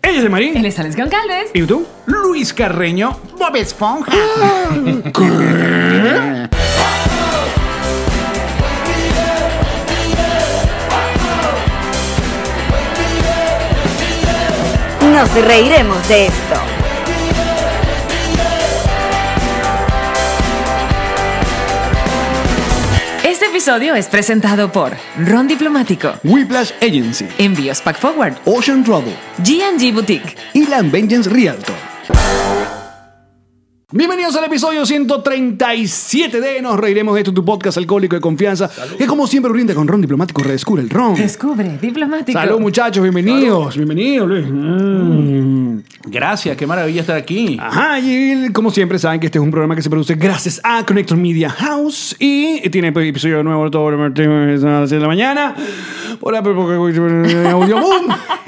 Reyes de Marín. Él es Alex Goncalves. ¿Y tú? Luis Carreño, Bob Esponja. Nos reiremos de esto. Este episodio es presentado por Ron Diplomático, Whiplash Agency, Envíos Pack Forward, Ocean Travel G&G Boutique. y Land Vengeance Realtor. Bienvenidos al episodio 137 de Nos Reiremos de esto, tu podcast alcohólico de confianza, que como siempre brinda con ron diplomático, redescubre el ron. Descubre Diplomático. Salud muchachos, bienvenidos, bienvenidos Luis. Mm. Gracias, qué maravilla estar aquí. Ajá, y como siempre saben que este es un programa que se produce gracias a Connector Media House y tiene episodio nuevo todo el martes a las 6 de la mañana por Apple Podcast, Audio Boom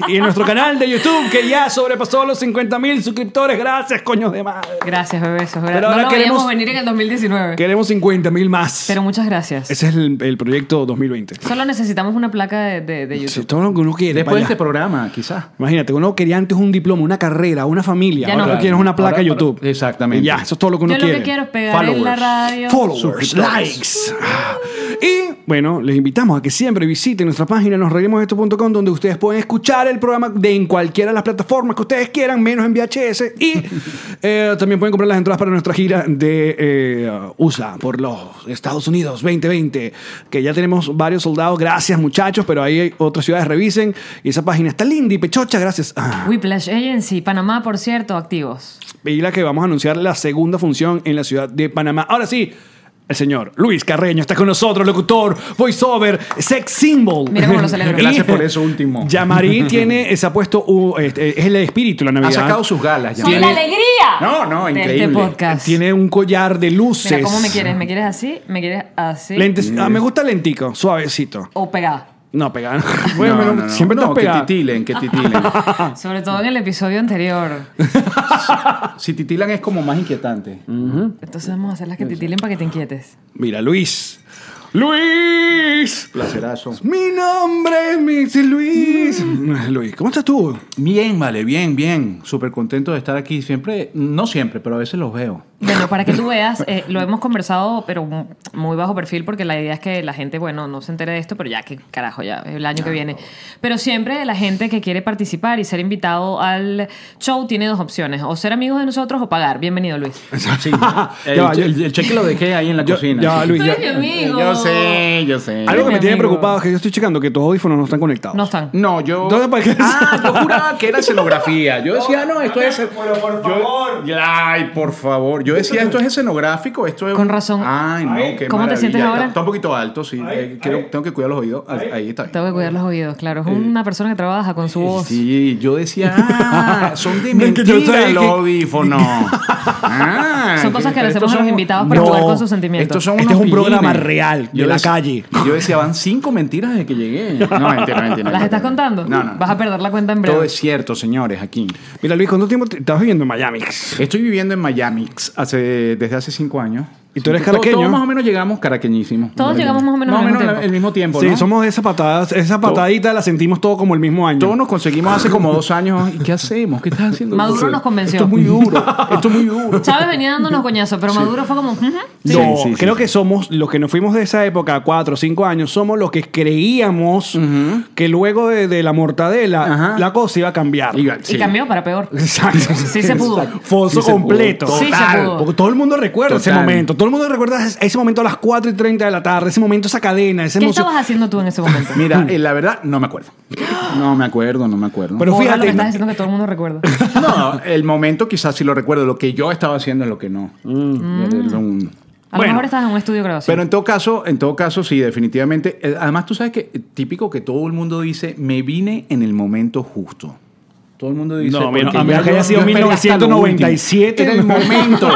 y en nuestro canal de YouTube que ya sobrepasó los 50 mil suscriptores. Gracias, coños de madre. Gracias, bebés. Pero Pero no ahora lo queremos- veíamos venir en el 2019. Queremos 50 mil más. Pero muchas gracias. Ese es el, el proyecto 2020. Solo necesitamos una placa de, de- de Si YouTube. todo lo que uno quiere. Después de vaya. este programa, quizás. Imagínate, uno quería antes un diploma, una carrera, una familia. Ya Ahora no. lo que quieres es una placa Ahora- YouTube. Exactamente. Y ya, eso es todo lo que uno Yo lo quiere. que quiero es pegar en la Followers. radio. followers, likes. Ah. Y bueno, les invitamos a que siempre visiten nuestra página nosreguemosesto.com donde ustedes pueden escuchar el programa de en cualquiera de las plataformas que ustedes quieran, menos en VHS. Y eh, también pueden comprar las entradas para nuestra gira de eh, USA por los Estados Unidos 2020, que ya tenemos varios soldados. Gracias muchachos, pero ahí hay otras ciudades revisen. Y esa página está linda y pechocha, gracias. Ah. Whiplash Agency, Panamá, por cierto, activos. Y la que vamos a anunciar la segunda función en la ciudad de Panamá. Ahora sí, el señor Luis Carreño está con nosotros, locutor, voiceover, sex symbol. Mira cómo lo celebro. Gracias por eso último. Yamari tiene, se ha puesto, uh, este, es el espíritu de la Ha Navidad. sacado sus galas. ¡Soy la alegría! No, no, De este increíble. podcast. Tiene un collar de luces. Mira, ¿cómo me quieres? ¿Me quieres así? ¿Me quieres así? Lentes, ah, Mm. me gusta lentico, suavecito. O pegada. No, pegado. Bueno, pero siempre no, estás que pegado. titilen, que titilen. Ah. Sobre todo en el episodio anterior. si titilan es como más inquietante. Entonces vamos a hacer las que titilen para que te inquietes. Mira, Luis. Luis. Placerazo. Mi nombre es Mixi Luis. Mm. Luis, ¿cómo estás tú? Bien, vale, bien, bien. Súper contento de estar aquí. Siempre, no siempre, pero a veces los veo. Bueno, para que tú veas, eh, lo hemos conversado, pero mu- muy bajo perfil, porque la idea es que la gente, bueno, no se entere de esto, pero ya que carajo, ya el año que viene. Pero siempre la gente que quiere participar y ser invitado al show tiene dos opciones: o ser amigos de nosotros o pagar. Bienvenido, Luis. Sí. Ya El, va, yo- el- el cheque lo dejé ahí en la Yo- cocina. ya, Luis, Tú eres ya. mi amigo. yo sé. Algo que me mi tiene amigo. preocupado es que yo estoy checando que tus audífonos no están conectados. No están. No, yo. ¿Dónde para qué? Ah, yo juraba que era escenografía. Yo decía, no, esto es. Pero por favor. ay, por favor. Yo decía, esto es escenográfico. Esto es. Con razón. Ay, no, qué ¿Cómo te maravilla. sientes ahora? Está un poquito alto, sí. Eh, quiero- Tengo que cuidar los oídos. Ahí, ahí está. bien. Tengo que cuidar los oídos, claro. Es una persona que trabaja con su voz. Eh, Sí, yo decía, ah, son de No, es que yo mentira sabía los que- audífonos. Ah, Son cosas que le estos hacemos a los son- invitados para No, jugar con sus sentimientos. Estos son Este unos es un programa pillines. real, de la decía- calle. Yo decía, van cinco mentiras desde que llegué. No, mentira, mentira. ¿Las estás contando? No, no. Vas a perder la cuenta en breve. Todo es cierto, señores, aquí. Mira, Luis, ¿cuánto tiempo te- estás viviendo en Miami? Estoy viviendo en Miami hace, desde hace cinco años. ¿Y tú eres Todo- caraqueño? Todos más o menos llegamos caraqueñísimos. Todos llegamos más o menos al mismo la- tiempo. el mismo tiempo, Sí, ¿no? somos de esa patada, esa patadita la sentimos todo como el mismo año. Todos nos conseguimos hace como dos años. ¿Y qué hacemos? ¿Qué estás haciendo? Maduro nos convenció. Esto es muy duro. Esto es muy duro. Chávez venía dándonos coñazos, pero Maduro fue como. "Ujú". No, Sí, sí, sí, creo sí. que somos los que nos fuimos de esa época, cuatro o cinco años, somos los que creíamos que luego de, de la mortadela Ajá. la cosa iba a cambiar. Y- sí. Y cambió para peor. Exacto. Sí se pudo. Foso Sí se completo. pudo. Sí se Total. pudo. Porque todo el mundo recuerda ese Total. momento. Todo el mundo recuerda ese ese momento a las 4 y 30 de la tarde, ese momento, esa cadena, ese ¿Qué emoción. estabas haciendo tú en ese momento? Mira, eh, la verdad, no me acuerdo. No me acuerdo, no me acuerdo. Pero Borra lo fíjate, que estás diciendo que todo el mundo recuerda. no, el momento quizás sí lo recuerdo. Lo que yo estaba haciendo es lo que no. Mm. Era un- A Bueno. lo mejor estabas en un estudio de grabación. Pero en todo caso, en todo caso, sí, definitivamente. Eh, Además, tú sabes que eh, típico que todo el mundo dice, me vine en el momento justo. Todo el mundo dice. No, porque mira, a yo- menos que haya yo sido esperé hasta lo 1997. último. Era el momento.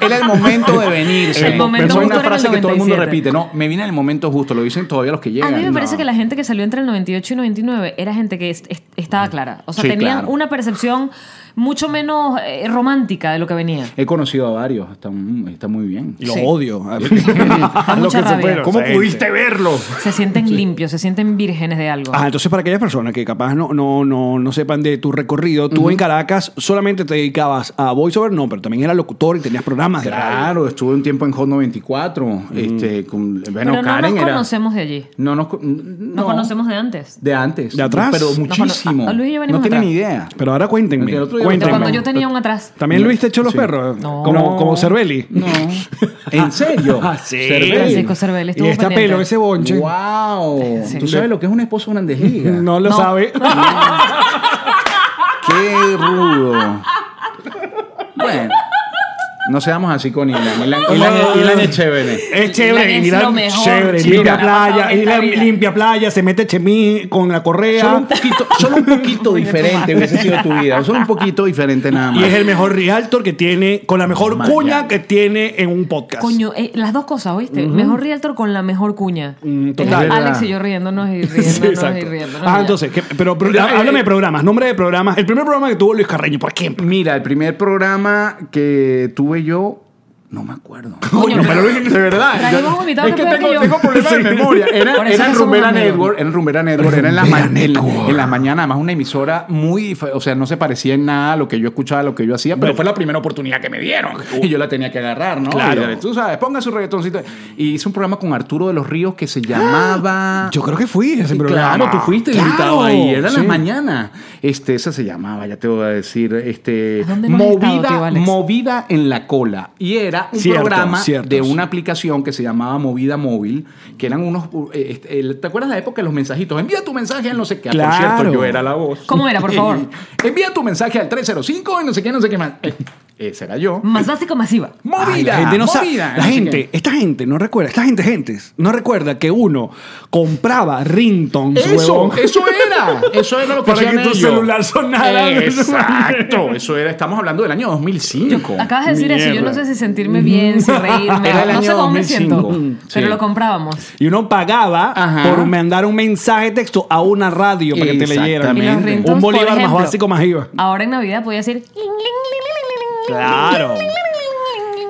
era el momento de venirse. El momento justo Pero es era una en el frase que todo el mundo 97. repite. No, me vine en el momento justo. Lo dicen todavía los que a llegan. mí me No. parece que la gente que salió entre el 98 y 99 era gente que es- es- estaba clara. O sea, Mm. Sí, tenían claro. una percepción mucho menos eh, romántica de lo que venía. He conocido a varios. Está, está muy bien. lo Sí. odio. mucha rabia. ¿Cómo pudiste? verlo? Se sienten limpios, se sienten vírgenes de algo. Ah, entonces para aquellas personas que capaz no, no, no, no sepan de tu recorrido. Tú en Caracas solamente te dedicabas a voiceover, no, pero también eras locutor y tenías programas de radio. Claro, estuve un tiempo en Hot 94. este, con- bueno, Pero no Karen nos era- conocemos de allí. No nos, co- n- Nos no. conocemos de antes. de antes. ¿De atrás? Pero Nos cono- muchísimo. a- a Luis y yo venimos no tienen atrás. ni idea. Pero ahora cuéntenme. El otro día- De cuéntenme. cuando yo tenía un atrás. ¿También Luis te echó los Sí. perros? No. Como, como Cervelli. No. ¿En serio? Ah. sí. Cervelli. Francisco Cervelli Y estuvo este pendiente. pelo, ese bonche. Wow. Sí. ¿Tú sabes lo que es un esposo de una Andesliga? No lo No. sabe. Qué rudo. Bueno. No seamos así con Ilan. Ilan, Ilan, Ilan es chévere. Es chévere, es mira, lo mejor, chévere, chico, limpia me ha pasado playa, en y esta la- vida. limpia playa, se mete chemí con la Solo un correa poquito, solo un poquito diferente hubiese sido tu vida. Solo un poquito diferente nada más. y es el mejor realtor que tiene, con la mejor Maya. cuña que tiene en un podcast. Coño, eh, las dos cosas, ¿oíste? Mejor realtor con la mejor cuña. Mm, Mm, total. Es Alex Verdad. y yo riéndonos y Sí, riéndonos y exacto. riéndonos. Ah, ya. entonces, ¿qué- pero, pero, há- háblame eh, de programas, nombre de programas. El primer programa que tuvo Luis Carreño, por ejemplo. Mira, el primer programa que tuve yo, no me acuerdo. Coño, pero- de verdad. Trajimos yo- un invitado es que que peor tengo, que yo. tengo problemas de Sí. memoria. Era, Por eso era no en somos Rumbera amigos. Network, era en Rumbera Network, era en las Rumbera ma- en la- Network. en las mañanas, además una emisora muy, dif- o sea, no se parecía en nada a lo que yo escuchaba, a lo que yo hacía, pero fue la primera oportunidad que me dieron y yo la tenía que agarrar, ¿no? Uh. Claro. Y, tú sabes, ponga su reggaetoncito. Y hice un programa con Arturo de los Ríos que se llamaba Yo creo que fui a ese Ah. Sí, programa. Claro, tú fuiste Claro, invitado ahí. Era sí. la mañana. Este, esa se llamaba, ya te voy a decir, este, ¿A dónde no has movida, estado, tío Alex? movida en la cola. Y era un Cierto, programa cierto, de sí. una aplicación que se llamaba Movida Móvil, que eran unos, eh, este, el- ¿te acuerdas la época de los mensajitos? Envía tu mensaje al no sé qué. Ah, Claro. Por cierto, yo era la voz. ¿Cómo era, por favor? Envía tu mensaje al 305 y no sé qué, no sé qué más. Eh, ese era yo. Más básico, masiva. Movida, Ay, Ah, la gente no sabe. movida, La no sé gente, qué. esta gente no recuerda, esta gente, gentes, no recuerda que uno compraba ringtons, Eso, huevón. eso era. Eso era lo que Para que hacían tu ellos. celular sonara. Exacto. Eso era. Estamos hablando del año 2005. Acabas de decir eso, yo Mierda. no sé si sentirme bien, si reírme, Era el no sé año cómo me 2005. siento, Sí. pero lo comprábamos. Y uno pagaba Ajá. por mandar un mensaje de texto a una radio para que te leyeran. Exactamente. Y los ringtones, Un por bolívar más ejemplo. básico más IVA. Ahora en Navidad podía decir... "Ling, ling, ling, ling, ling, ling, ling, Claro. ling, ling, ling".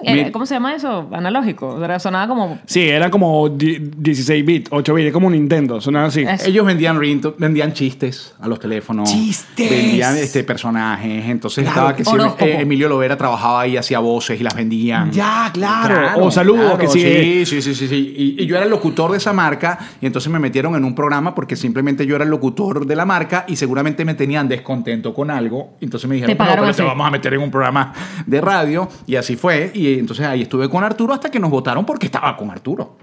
Eh, Mi- ¿Cómo se llama eso? Analógico. O sea, Sonaba como... Sí, era como di- 16 bits, 8 bits, es como un Nintendo, sonaba así. Es- Ellos vendían ringtone- vendían chistes a los teléfonos. ¡Chistes! Vendían este, personajes. Entonces estaba que si, horóscopo. eh, Emilio Lovera trabajaba ahí, hacía voces y las vendían. Ya, claro. O saludos, que sí, sí. eh. Sí, sí, sí, sí. Y, y yo era el locutor de esa marca y entonces me metieron en un programa porque simplemente yo era el locutor de la marca y seguramente me tenían descontento con algo. Entonces me dijeron, Te pagaron no, pero te así". vamos a meter en un programa de radio. Y así fue. Y entonces ahí estuve con Arturo hasta que nos votaron porque estaba con Arturo.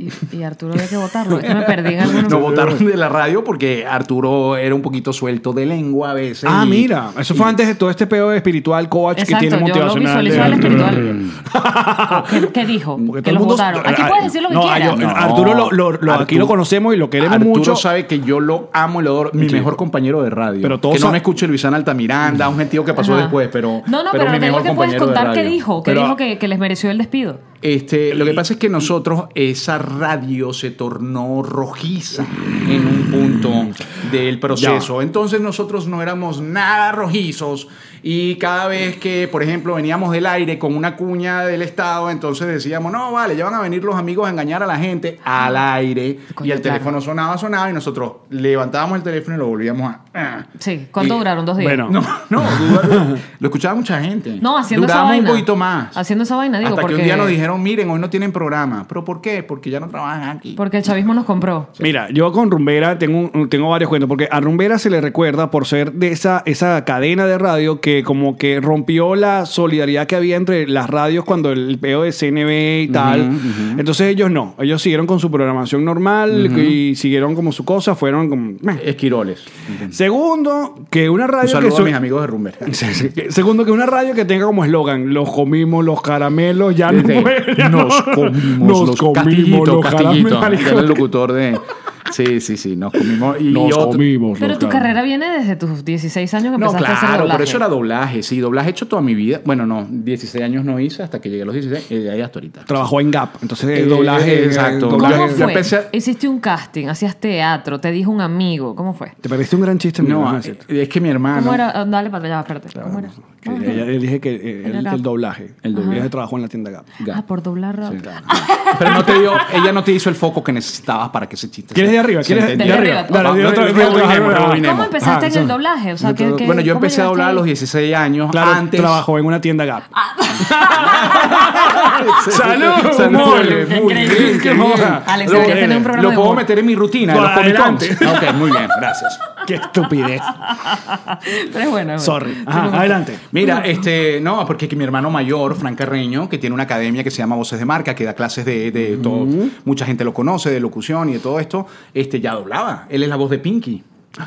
Y, y Arturo había que votarlo. Yo me perdí en Ah, algunos... Nos votaron de la radio porque Arturo era un poquito suelto de lengua a veces. Ah, y- mira, eso fue antes de todo este pedo de espiritual coach que tiene Exacto, yo lo motivacional. visualizo al de- espiritual. ¿Qué, qué dijo? Porque que todo el los mundo- votaron. Aquí Ah, puedes decir lo que no, quieras. yo- Arturo, lo, lo- lo- aquí Arturo- lo conocemos y lo queremos Arturo mucho. sabe que yo lo amo y lo adoro. Mi mejor compañero de radio. Pero todos que no sa- me escuche Luisana Altamiranda, un gentío que pasó Ajá. después, pero. No, no, pero, mi te digo mejor que puedes compañero de contar qué radio. dijo. Que Pero- dijo que, que les mereció el despido. Este, lo que pasa es que nosotros, esa radio se tornó rojiza en un punto del proceso. Entonces nosotros no éramos nada rojizos y cada vez que, por ejemplo, veníamos del aire con una cuña del Estado, entonces decíamos, no, vale, ya van a venir los amigos a engañar a la gente al aire. Coño, y el claro. teléfono sonaba, sonaba y nosotros levantábamos el teléfono y lo volvíamos a... ah. Sí. ¿Cuánto Y- duraron? Dos días. Bueno, No, no, duraron- lo escuchaba mucha gente. No, haciendo Duramos esa vaina. un poquito más. Haciendo esa vaina, digo, Hasta porque, que un día nos dijeron, miren, hoy no tienen programa. ¿Pero por qué? Porque ya no trabajan aquí. porque el chavismo nos compró. Mira, yo con Rumbera tengo, un- tengo varios cuentos, porque a Rumbera se le recuerda por ser de esa, esa cadena de radio que como que rompió la solidaridad que había entre las radios cuando el peo de CNB y tal. Entonces ellos no, ellos siguieron con su programación normal y siguieron como su cosa, fueron como... meh. Esquiroles. Segundo, que una Eh. Un radio... saludo que a su- mis amigos de Rumber. Sí, sí. Que- Segundo, que una radio que tenga como eslogan, los comimos los caramelos, ya no Desde- puede, ya nos no". comimos Nos los comimos castillitos, los castillitos. caramelos. Era el locutor de... Sí, sí, sí, nos comimos. Y Nos otro- comimos Pero los tu caramelos. carrera viene desde tus 16 años que No, empezaste a hacer claro, doblaje. pero eso era doblaje, sí, doblaje hecho toda mi vida. Bueno, no, 16 años no hice hasta que llegué a los 16 y de ahí hasta ahorita. Trabajó en Gap, entonces Eh, doblaje. exacto. eh, ¿Cómo doblaje- Yo fue? empecé a- Hiciste un casting, hacías teatro, te dijo un amigo. ¿Cómo fue? Te perdiste un gran chiste, mi No, hermano, es eh, cierto. es que mi hermano... ¿Cómo era? Ah, Dale para allá, espérate. ¿Cómo era? Que ella- él dije que eh, Era el, Gap. el doblaje. El doblaje trabajó en la tienda Gap. Ah, por doblar ropa. Sí, claro. Pero no te dio, ella no te hizo el foco que necesitabas para que ese chiste. ¿Quieres se- de arriba? se ¿Quieres de, de entendiera. arriba? arriba? Dale, Va, de va, otra vez, va, otra vez, rebobinemos, otra vez. rebobinemos. ¿Cómo empezaste Ajá, en el sí. doblaje? O sea, ¿qué- qué- Bueno, Ah, yo cómo empecé a llegaste doblar a los ahí? 16 años. Claro, antes. trabajó en una tienda Gap. Ah. ¡Salud! Salud, mole! mole, Muy increíble. bien, qué moja. Alex, Lo- deberías tener un programa Lo de puedo humor. meter en mi rutina. de Por Los comicones. adelante. Ok, muy bien, gracias. Qué estupidez. Pero es bueno. es bueno. Sorry. Ajá, adelante. Mira, este, no, porque que mi hermano mayor, Fran Carreño, que tiene una academia que se llama Voces de Marca, que da clases de, de todo, mucha gente lo conoce, de locución y de todo esto, este, ya doblaba. Él es la voz de Pinky.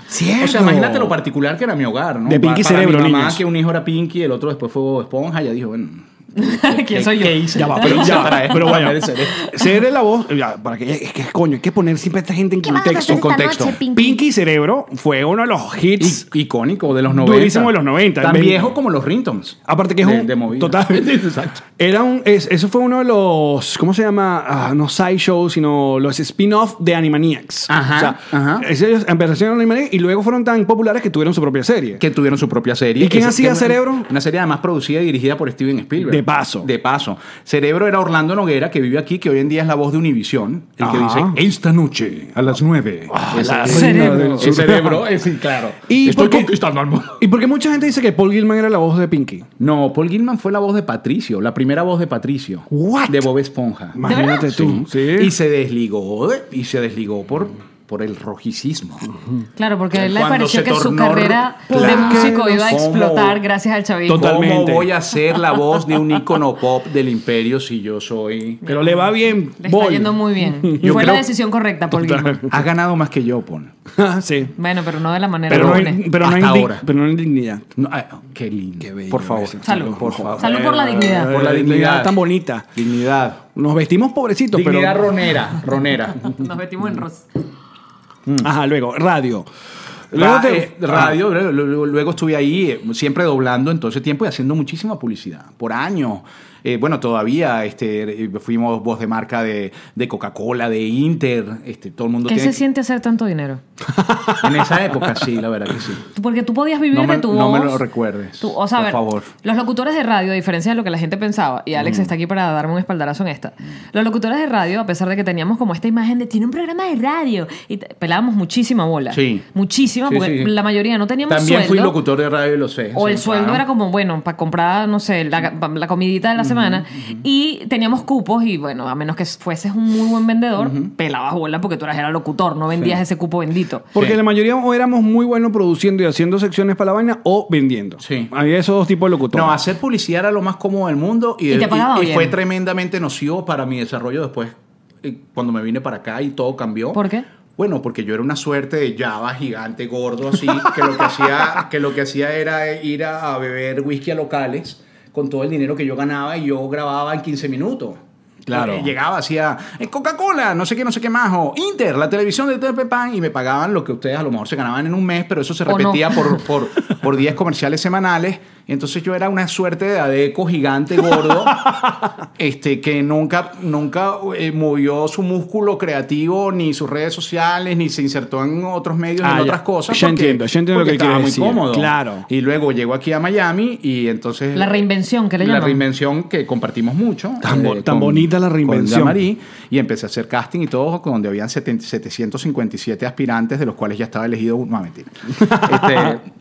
Cierto. O sea, imagínate lo particular que era mi hogar, ¿no? De Pa- Pinky para Cerebro, mi mamá, niños. que un hijo era Pinky, el otro después fue Bob Esponja, ya dijo, bueno... ¿Quién soy yo? Ya va, pero ya, Para esto, pero para vaya. merecer esto. Ser de la voz, ya, para que, es que coño, hay que poner siempre a esta gente en ¿Qué vas a contexto. hacer esta contexto. noche, Pinky? Pinky Cerebro fue uno de los hits. I- icónico de los 90. Durísimo de los 90. Tan Ven- viejo como los Rintons. Aparte que es De- un de movida. total. Exacto. Era un es- eso fue uno de los ¿cómo se llama? Ah, no sideshows, sino los spin-off de Animaniacs. Ajá, o sea, ajá. ellos empezaron en Animaniacs y luego fueron tan populares que tuvieron su propia serie. que tuvieron su propia serie. ¿Y quién Esa- hacía que- Cerebro? Una serie además producida y dirigida por Steven Spielberg. De paso. De paso. Cerebro era Orlando Noguera, que vive aquí, que hoy en día es la voz de Univisión, el que dice, Ajá. Ah, esta noche, a las 9. la Cerebro. El cerebro, es, sí, claro. ¿Y Estoy por qué- conquistando al mundo. Y porque mucha gente dice que Paul Gilman era la voz de Pinky. No, Paul Gilman fue la voz de Patricio, la primera voz de Patricio. What? De Bob Esponja. Imagínate tú. Y se desligó, de- y se desligó por, por el rojicismo. Claro, porque a él le Cuando se pareció que su tornó- carrera de Claro. músico iba a ¿Cómo? explotar gracias al chavismo. Total. Totalmente. ¿Cómo voy a ser la voz de un ícono pop del imperio si yo soy... Pero le va bien. Le está Paul. yendo muy bien. Yo Fue creo- la decisión correcta por Gilman. Has ganado más que yo, Pon. Ah, sí. Bueno, pero no de la manera Pero no, buena. hay, pero, no hay Hasta indi- ahora. pero no hay dignidad. No, ah, qué lindo. por favor. Salud. Por favor. Eh, Salud por la dignidad. Por la dignidad. Eh, tan bonita. Dignidad. Nos vestimos pobrecitos, Dignidad pero. ronera. Ronera. Nos metimos en ros. Ajá, luego, radio. Luego Luego te- eh, radio, luego- luego, luego estuve ahí eh, siempre doblando en todo ese tiempo y haciendo muchísima publicidad, por años. Eh, bueno, todavía este, eh, fuimos voz de marca de, de Coca-Cola, de Inter, este, todo el mundo ¿Qué tiene se siente hacer tanto dinero? En esa época sí, la verdad que sí. Porque tú podías vivir No me- de tu no voz. me lo recuerdes, Tú- o sea, a por ver, favor. Mm. Los locutores de radio, a diferencia de lo que la gente pensaba, y Alex está aquí para darme un espaldarazo en esta. Los locutores de radio, a pesar de que teníamos como esta imagen de tiene un programa de radio, y te- pelábamos muchísima bola. Sí. Muchísima, Sí, porque sí. la mayoría no teníamos También sueldo. fui locutor de radio y lo sé. O sí, el sueldo claro. era como, bueno, para comprar, no sé, la, la comidita de la semana. Y teníamos cupos y, bueno, a menos que fueses un muy buen vendedor, pelabas bola porque tú eras el locutor, no vendías ese cupo bendito. Porque Sí. la mayoría o éramos muy buenos produciendo y haciendo secciones para la vaina o vendiendo. Sí. Había esos dos tipos de locutores. No, hacer publicidad era lo más cómodo del mundo y, Y te pagaba bien. fue tremendamente nocivo para mi desarrollo después, eh, cuando me vine para acá y todo cambió. ¿Por qué? Bueno, porque yo era una suerte de Java gigante, gordo, así, que lo que hacía, que lo que hacía era ir a, a beber whisky a locales con todo el dinero que yo ganaba y yo grababa en 15 minutos. Claro. Eh, Llegaba, hacía eh, Coca-Cola, no sé qué, no sé qué más, o Inter, la televisión de TP Pan, y me pagaban lo que ustedes a lo mejor se ganaban en un mes, pero eso se O no. repetía por, por, por 10 comerciales semanales. Entonces yo era una suerte de adeco gigante gordo este, que nunca, nunca eh, movió su músculo creativo, ni sus redes sociales, ni se insertó en otros medios, Ah, en ya. otras cosas. Ya porque- entiendo, ya entiendo lo porque que estaba quieres muy decir. cómodo. Claro. Y luego llego aquí a Miami y entonces... La reinvención, que le Eh, La llaman. reinvención que compartimos mucho. eh, Tan bo- tan bonita la reinvención. con Yamari, y empecé a hacer casting y todo, con- donde habían 70 757 aspirantes, de los cuales ya estaba elegido uno. No, mentira. Este,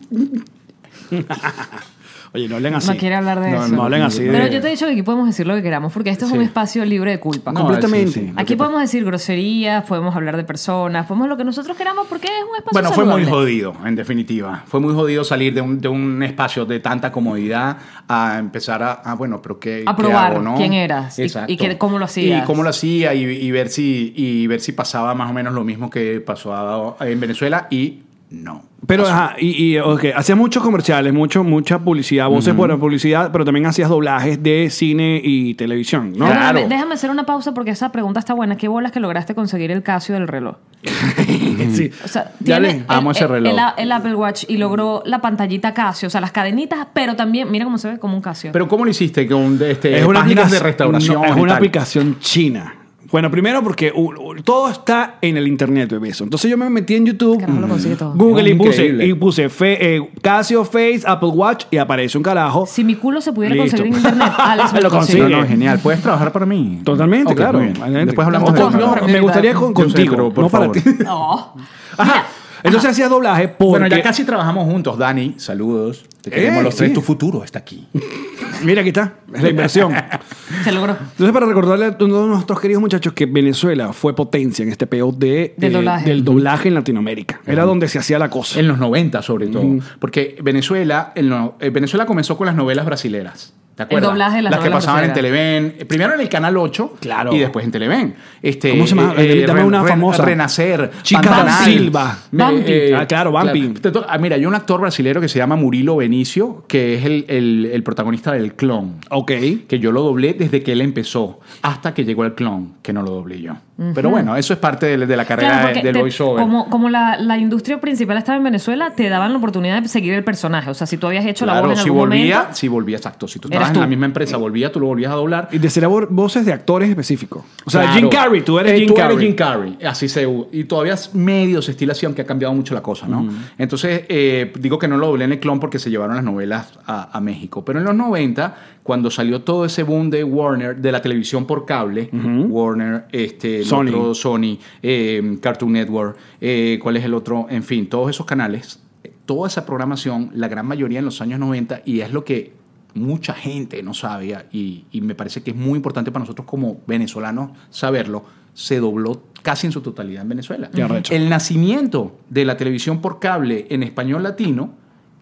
Oye, no hablen así. No quiere hablar de No, eso. No hablen así. de- Pero yo te he dicho que aquí podemos decir lo que queramos, porque esto es un Sí. espacio libre de culpa. no, completamente. sí, sí, lo Aquí que pasa- podemos decir groserías, podemos hablar de personas, podemos lo que nosotros queramos porque es un espacio Bueno, fue muy saludable. jodido, en definitiva. Fue muy jodido salir de un, de un espacio de tanta comodidad a empezar a, ah, bueno, pero qué, A qué probar hago, no? quién eras y- Exacto. y qué- cómo lo hacías. Y cómo lo hacía y, y ver si, y ver si pasaba más o menos lo mismo que pasó a- en Venezuela y no. Pero, ajá, y, y ok, hacías muchos comerciales, mucho, mucha publicidad, voces por la publicidad, pero también hacías doblajes de cine y televisión, ¿no? Claro. Déjame, déjame hacer una pausa porque esa pregunta está buena. ¿Qué bolas que lograste conseguir el Casio del reloj? Sí. O sea, Ya tiene le- amo ese reloj. El, el Apple Watch y logró la pantallita Casio, o sea, las cadenitas, pero también, mira cómo se ve como un Casio. Pero ¿cómo lo hiciste? Con este, páginas aplicación- de restauración. no, es y una tal? aplicación china. Bueno, primero porque u- u- todo está en el internet, bebé. eso. Entonces yo me metí en YouTube. Carajo, lo Mm. consigue todo. Google y puse, Increíble. y puse fe- eh, Casio Face, Apple Watch y aparece un carajo. Si mi culo se pudiera Listo. conseguir en internet, Alex pues, me Lo lo consigue. consigue. No, no, genial. ¿Puedes trabajar para mí? Totalmente, Ok, claro. muy bien. Adelante. Después hablamos No, de con- eso. no, me gustaría con- Yo sé, contigo, pero, por no para favor. ti. No. Oh, Ajá. Entonces hacías doblaje porque... Bueno, ya casi trabajamos juntos, Dani. Saludos. Te queremos Eh, los tres. sí. Tu futuro está aquí. Mira, aquí está. Es la inversión. Se logró. Entonces, para recordarle a todos nuestros queridos muchachos que Venezuela fue potencia en este peo de, Del de- doblaje. del doblaje en Latinoamérica. Era donde se hacía la cosa. En los 90, sobre todo. Porque Venezuela, en lo- eh, Venezuela comenzó con las novelas brasileras. ¿Te acuerdas? doblaje de las que novelas pasaban en brasileras. Televen. eh, Primero en el Canal 8. Claro. Y después en Televen. Este, ¿Cómo se llama? Dame una famosa. Renacer. Chica Pantanal. Silva. Me- Bambi. Ah, claro, Bambi. eh, Te to- ah, mira, hay un actor brasilero que se llama Murilo Benicio, que es el, el- el protagonista del clon. Ok. Que yo lo doblé desde que él empezó, hasta que llegó el clon, que no lo doblé yo. Pero bueno, eso es parte de, de la carrera Claro, de- porque del te- voiceover. como, como la, la industria principal estaba en Venezuela, te daban la oportunidad de seguir el personaje. O sea, si tú habías hecho la Claro, voz en si algún volvía, momento... si volvía, exacto. Si tú Eras estabas en la tú. misma empresa, volvía, tú lo volvías a doblar. Y de ser vo- voces de actores específicos. O sea, Claro. Jim Carrey, tú eres Eh, Jim tú Carrey. eres Jim Carrey. Así se. Y todavía es medio se estila así, aunque ha cambiado mucho la cosa, ¿no? Entonces, eh, digo que no lo doblé en el clon porque se llevaron las novelas a, a México. Pero en los 90, cuando salió todo ese boom de Warner, de la televisión por cable, Warner, este, el Sony. otro Sony, eh, Cartoon Network, eh, ¿cuál es el otro? En fin, todos esos canales, eh, toda esa programación, la gran mayoría en los años 90, y es lo que mucha gente no sabía, y, y me parece que es muy importante para nosotros como venezolanos saberlo, se dobló casi en su totalidad en Venezuela. Qué arrecho. El nacimiento de la televisión por cable en español latino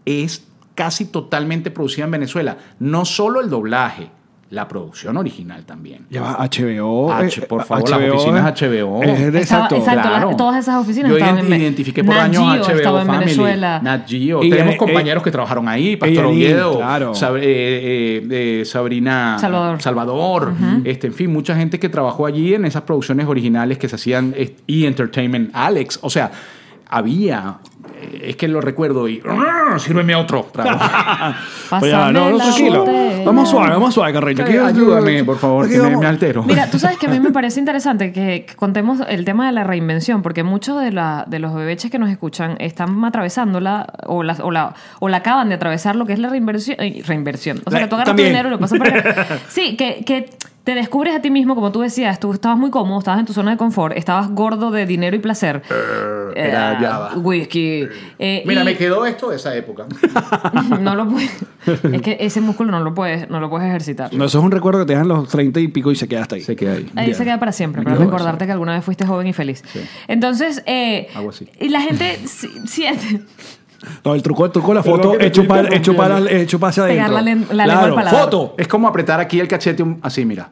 es casi totalmente producida en Venezuela. No solo el doblaje, la producción original también. Ya va, HBO. H, eh, por favor, las oficinas HBO. es de- Estaba- exacto. exacto, la- Claro. todas esas oficinas Yo estaban en ident- Ve- identifiqué por Nat años Geo HBO estaba en Family, Venezuela. Nat Geo. Y Tenemos eh, compañeros que trabajaron ahí, Pastor Yanil, Oviedo, claro. Sab- eh, eh, eh, Sabrina Salvador. Salvador, este, en fin, mucha gente que trabajó allí en esas producciones originales que se hacían eh, E! Entertainment Alex, o sea, había eh, es que lo recuerdo y "Arr, sírveme otro. trago". Pues ah, ya, no, Pásame no, la tranquilo. botella. Vamos suave, vamos suave, Carreño. Aquí- Ayúdame, por favor, aquí que me, vamos. me altero. Mira, tú sabes que a mí me parece interesante que, que contemos el tema de la reinvención, porque muchos de, la- de los bebeches que nos escuchan están atravesándola o la, o, la, o la acaban de atravesar lo que es la reinversión. eh, reinversión. O sea, La- que tú agarras también. tu dinero y lo pasas por acá. Sí, que, que te descubres a ti mismo, como tú decías, tú estabas muy cómodo, estabas en tu zona de confort, estabas gordo de dinero y placer. era Eh, Java. Whisky. Eh, Mira, y- me quedó esto de esa época. No lo puedes. Es que ese músculo no lo puedes, no lo puedes ejercitar. No, eso es un recuerdo que te dan los 30 y pico y se queda hasta ahí. Se queda ahí. Ahí se queda para siempre, Me para quedo, recordarte que alguna vez fuiste joven y feliz. Entonces, eh, Hago así. y la gente si- siente No, el truco, el truco de la Perdón foto que te es chupar, estoy es chupar al- interrumpiendo. es chupar hacia Pegar adentro. la len- la lengua al paladar. foto. Es como apretar aquí el cachete un- así, mira.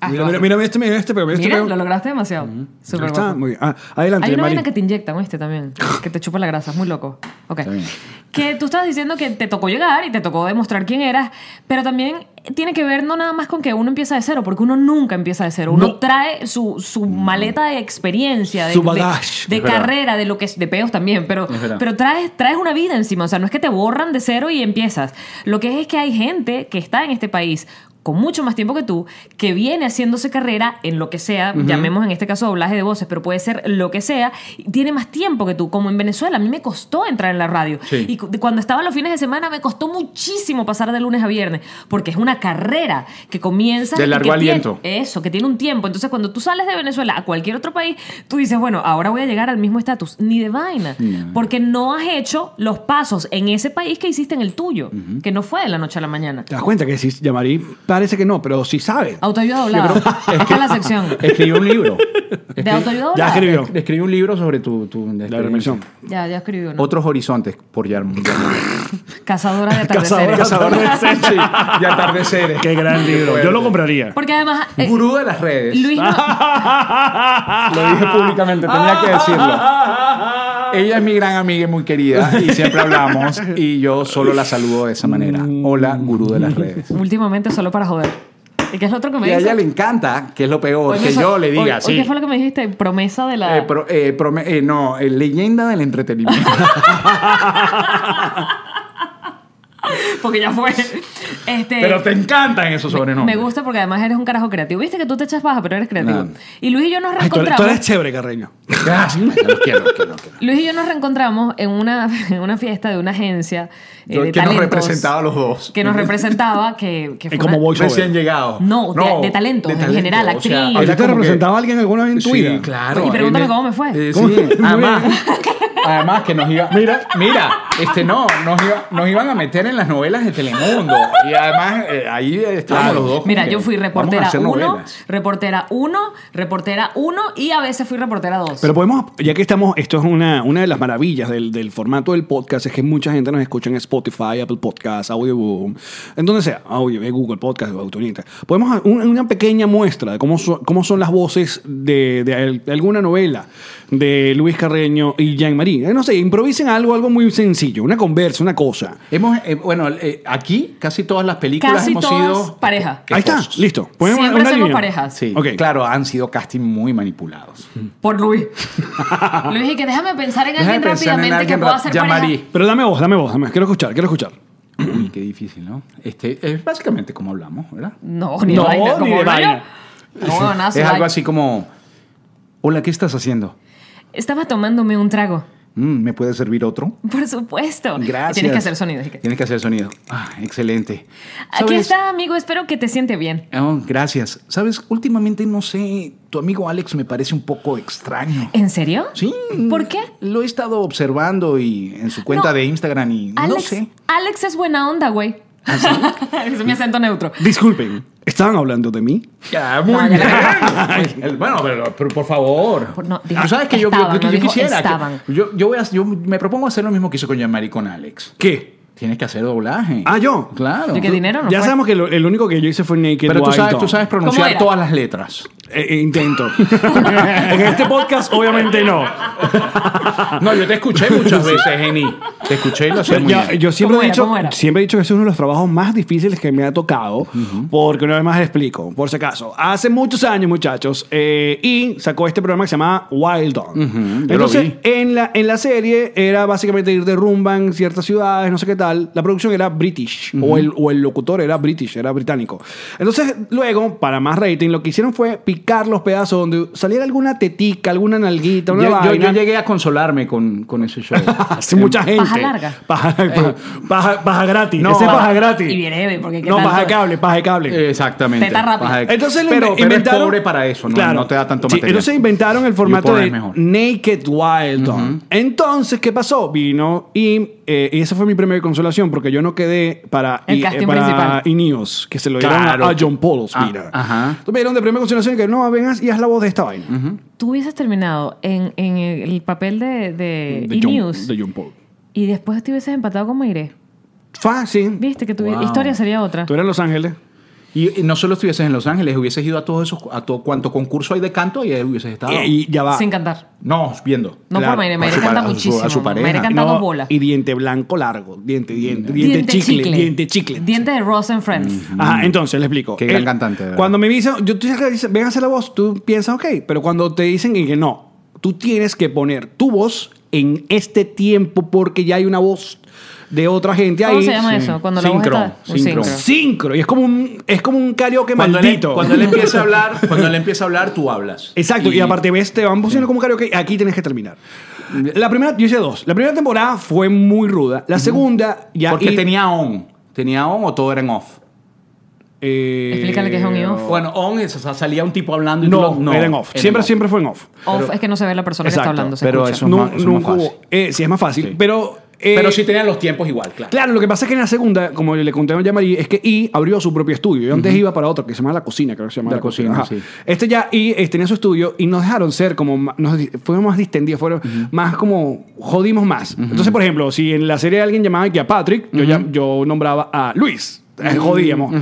Ah, Mira, lo- mira, mira este, mira este, pero mira este. Mira, pero- lo lograste demasiado. Súper Ahí está, guapo. muy bien. Ah, adelante, Hay una Mari. vaina que te inyectan, este también, que te chupa la grasa, es muy loco. Ok. Está bien. Que tú estabas diciendo que te tocó llegar y te tocó demostrar quién eras, pero también tiene que ver no nada más con que uno empieza de cero, porque uno nunca empieza de cero. Uno No. Mm. trae su, su maleta de experiencia, de, Su de- bagaje. de Es verdad. carrera, de lo que es, de peos también, pero, Es verdad. pero traes, traes una vida encima. O sea, no es que te borran de cero y empiezas. Lo que es es que hay gente que está en este país con mucho más tiempo que tú, que viene haciéndose carrera en lo que sea, llamemos en este caso doblaje de voces, pero puede ser lo que sea, y tiene más tiempo que tú, como en Venezuela, a mí me costó entrar en la radio. Sí. Y cu- cuando estaba los fines de semana me costó muchísimo pasar de lunes a viernes, porque es una carrera que comienza... De y largo que tiene- aliento. eso, que tiene un tiempo. Entonces, cuando tú sales de Venezuela a cualquier otro país, tú dices, bueno, ahora voy a llegar al mismo estatus. Ni de vaina. Porque no has hecho los pasos en ese país que hiciste en el tuyo, que no fue de la noche a la mañana. Te das cuenta que si llamarí, parece que no, pero sí sabe. Autoayuda doblada. Esta es la sección. Escribí un libro. De autoayuda doblada. Ya escribió. Escribí un libro sobre tu, tu La experiencia. remersión. Ya, ya escribió. ¿no? Otros horizontes por Yarmouth. Cazadora de Cazadora. atardeceres. Cazador de sí, y atardeceres. Qué gran libro. Yo lo compraría. Porque además... eh, Gurú Ah. de las redes. Luis no... Lo dije públicamente, tenía que decirlo. Ella es mi gran amiga y muy querida y siempre hablamos y yo solo la saludo de esa manera. Hola, gurú de las redes. Últimamente solo para joder. ¿Y qué es lo otro que me Y a dice? ella le encanta, que es lo peor, Mm. Hoy me que sa- yo le hoy- diga hoy sí. ¿Qué fue lo que me dijiste? Promesa de la... Eh, pro- eh, prome- eh, no, eh, leyenda del entretenimiento. Porque ya fue. Este, Pero te encantan esos me sobrenombres. gusta porque además eres un carajo creativo. Viste que tú te echas baja, pero eres creativo. Nah. Y Luis y yo nos Ay, tú, eres, reencontramos. tú eres chévere, Carreño. Gracias. Los quiero, los quiero, los quiero. Luis y yo nos reencontramos en una, en una fiesta de una agencia eh, Yo- de que nos talentos, representaba a los dos. Que nos representaba, que, que Es fue como una- voice Recién llegado. No, de- de talentos, en general, actriz. ¿A ti Era te como que- representaba alguien alguna vez en tu sí, vida? claro. Y pregúntame en el- cómo me fue. Eh, ¿Cómo? sí, además, además que nos iba... Mira, mira, este no, nos, iba- nos iban a meter en las novelas de Telemundo. Y además, eh, ahí estábamos Claro. los dos. como Mira, que, yo fui vamos a reportera hacer 1, novelas. reportera 1, reportera 1 y a veces fui reportera 2. Pero podemos, ya que estamos, esto es una, una de las maravillas del, del formato del podcast, es que mucha gente nos escucha en Spotify, Apple Podcasts, Audioboom, en donde sea, Audio, eh, Google Podcast, Autonita. Podemos hacer un- una pequeña muestra de cómo, so- cómo son las voces de, de al- alguna novela de Luis Carreño y Jean-Marie. Eh, No sé, improvisen algo, algo muy sencillo, una conversa, una cosa. Hemos, eh, bueno, eh, aquí casi todas las películas Casi hemos todas sido pareja. Ahí está, esposos. listo. Ponemos Siempre una hacemos línea. parejas. Sí, Ok. claro, han sido casting muy manipulados. Por Luis. Luis, y que déjame pensar en Déjame alguien pensar en rápidamente alguien que pueda ra- hacer ya pareja. Marí. Pero dame voz, dame voz, dame, quiero escuchar, quiero escuchar. Uy, qué difícil, ¿no? Este, es básicamente como hablamos, ¿verdad? No, ni No, de vaina. ni como de hablo yo. vaina. No, nada, es algo soy- así como, hola, ¿qué estás haciendo? Estaba tomándome un trago. Mm, ¿Me puede servir otro? Por supuesto. Y Gracias. Tienes que hacer sonido. así que- Tienes que hacer sonido. Ah, excelente. Aquí ¿Sabes? está, amigo. Espero que te siente bien. Oh, gracias. Sabes, últimamente no sé, tu amigo Alex me parece un poco extraño. ¿En serio? Sí. ¿Por qué? Lo he estado observando y en su cuenta No. de Instagram y no Alex, sé. Alex es buena onda, güey. ¿Ah, es mi acento neutro. Disculpen, ¿estaban hablando de mí? Ya, muy No, ya bien. Pues, bueno, pero, pero por favor. Ah, Por- no, dijo, Tú sabes que yo- estaban, yo, yo no dijo, quisiera. que- estaban. yo, yo voy a- yo me propongo hacer lo mismo que hice con Jean-Marie y con Alex. ¿Qué? Tienes que hacer doblaje. Ah, ¿yo? Claro. ¿Yo qué dinero? No ya fue. sabemos que lo- el único que yo hice fue Naked Pero tú Wild sabes, tú Dawn. sabes ¿Cómo pronunciar era? todas las letras. Eh, eh, intento. en este podcast, obviamente no. No, yo te escuché muchas veces, Geni. Te escuché y lo hacía muy Ah. Ya, bien. yo siempre ¿Cómo he, era? dicho, ¿Cómo era? siempre he dicho que ese es uno de los trabajos más difíciles que me ha tocado, porque una vez más les explico, por si acaso, hace muchos años muchachos, eh, y sacó este programa que se llamaba Wild Dawn. yo lo Entonces, vi. en la, en la serie era básicamente ir de rumba en ciertas ciudades, no sé qué tal, la producción era british, o, el, o el locutor era british, era británico. Entonces, luego, para más rating, lo que hicieron fue picar los pedazos donde saliera alguna tetica, alguna nalguita, Yo, una yo- yo vaina. llegué a consolarme con, con ese show. Hace mucha gente. larga. Eh. Paja, paja- paja- paja gratis. No, Ese es paja- paja gratis. y breve, porque qué No, tal paja de todo. cable, paja de cable. Exactamente. Teta rápida. Ajá. Entonces lo Eh, pero, inve- pero es inventaron- pobre para eso, no, Claro. no te da tanto Sí, material. Entonces inventaron el formato YouPorn de es mejor. Naked Wild Dawn. Entonces, ¿qué pasó? Vino y, eh, y esa fue mi primera consolación porque yo no quedé para, El y- casting para principal. Ineos, que se lo dieron Claro. a- a John Paul Ah, Mira. ajá. Entonces me dieron de primera consolación que no, vengas y haz la voz de esta vaina. Tú hubieses terminado en, en el papel de, de, de, John, E-News de John Paul. y después te hubieses empatado con Maire. Fácil. Viste que tu Wow. historia sería otra. Tú eres Los Ángeles. Y, y no solo estuvieses en Los Ángeles, hubieses ido a todos esos, a todo cuanto concurso hay de canto Eh, y ahí hubieses estado. Y, y ya va. Sin cantar. no, viendo. No Claro, por Maire. a Maire su canta pare- a su- muchísimo. a su pareja. Maire canta No, dos bolas. Y diente blanco largo. Diente, diente, diente, chicle, Diente chicle. Diente de Ross and Friends. Ajá, entonces le explico. Mm. Qué gran cantante, de verdad. Cuando me dicen, yo, tú dices que dicen, ven a hacer la voz, tú piensas, ok, pero cuando te dicen y que no, tú tienes que poner tu voz en este tiempo porque ya hay una voz de otra gente ahí. ¿Cómo se llama Sí. eso? Cuando la voz Sincro, está... un sincro. Sincro. Y es como un, es como un karaoke Cuando él, maldito. cuando él empieza a hablar, cuando él empieza a hablar, tú hablas. Exacto, y, aparte ves, te van pusiendo como karaoke, aquí tienes que terminar. La primera, yo hice dos. La primera temporada fue muy ruda. La segunda, ya. Porque y- tenía on. ¿Tenía on o todo era en off? eh, Explícale qué es on y off. Bueno, on es, o sea, salía un tipo hablando y tú No, lo- no, era en off. siempre, siempre fue en off. Off es que no se ve la persona que Exacto, está hablando. Se pero escucha. eso- es más- es más nunca fácil. hubo- eh, sí, es más fácil. Sí. Pero. eh, Pero sí tenían los tiempos igual, claro. Claro, lo que pasa es que en la segunda, como le conté a María, es que I abrió su propio estudio. Yo antes iba para otro que se llama La Cocina, creo que se llama La Cocina, sí. Este ya I eh, tenía su estudio y nos dejaron ser como. ma- Nos, di- fuimos más distendidos, fueron más como. Jodimos más. Entonces, por ejemplo, si en la serie alguien llamaba que a Patrick, yo, ya, yo nombraba a Luis. Eh, Jodíamos.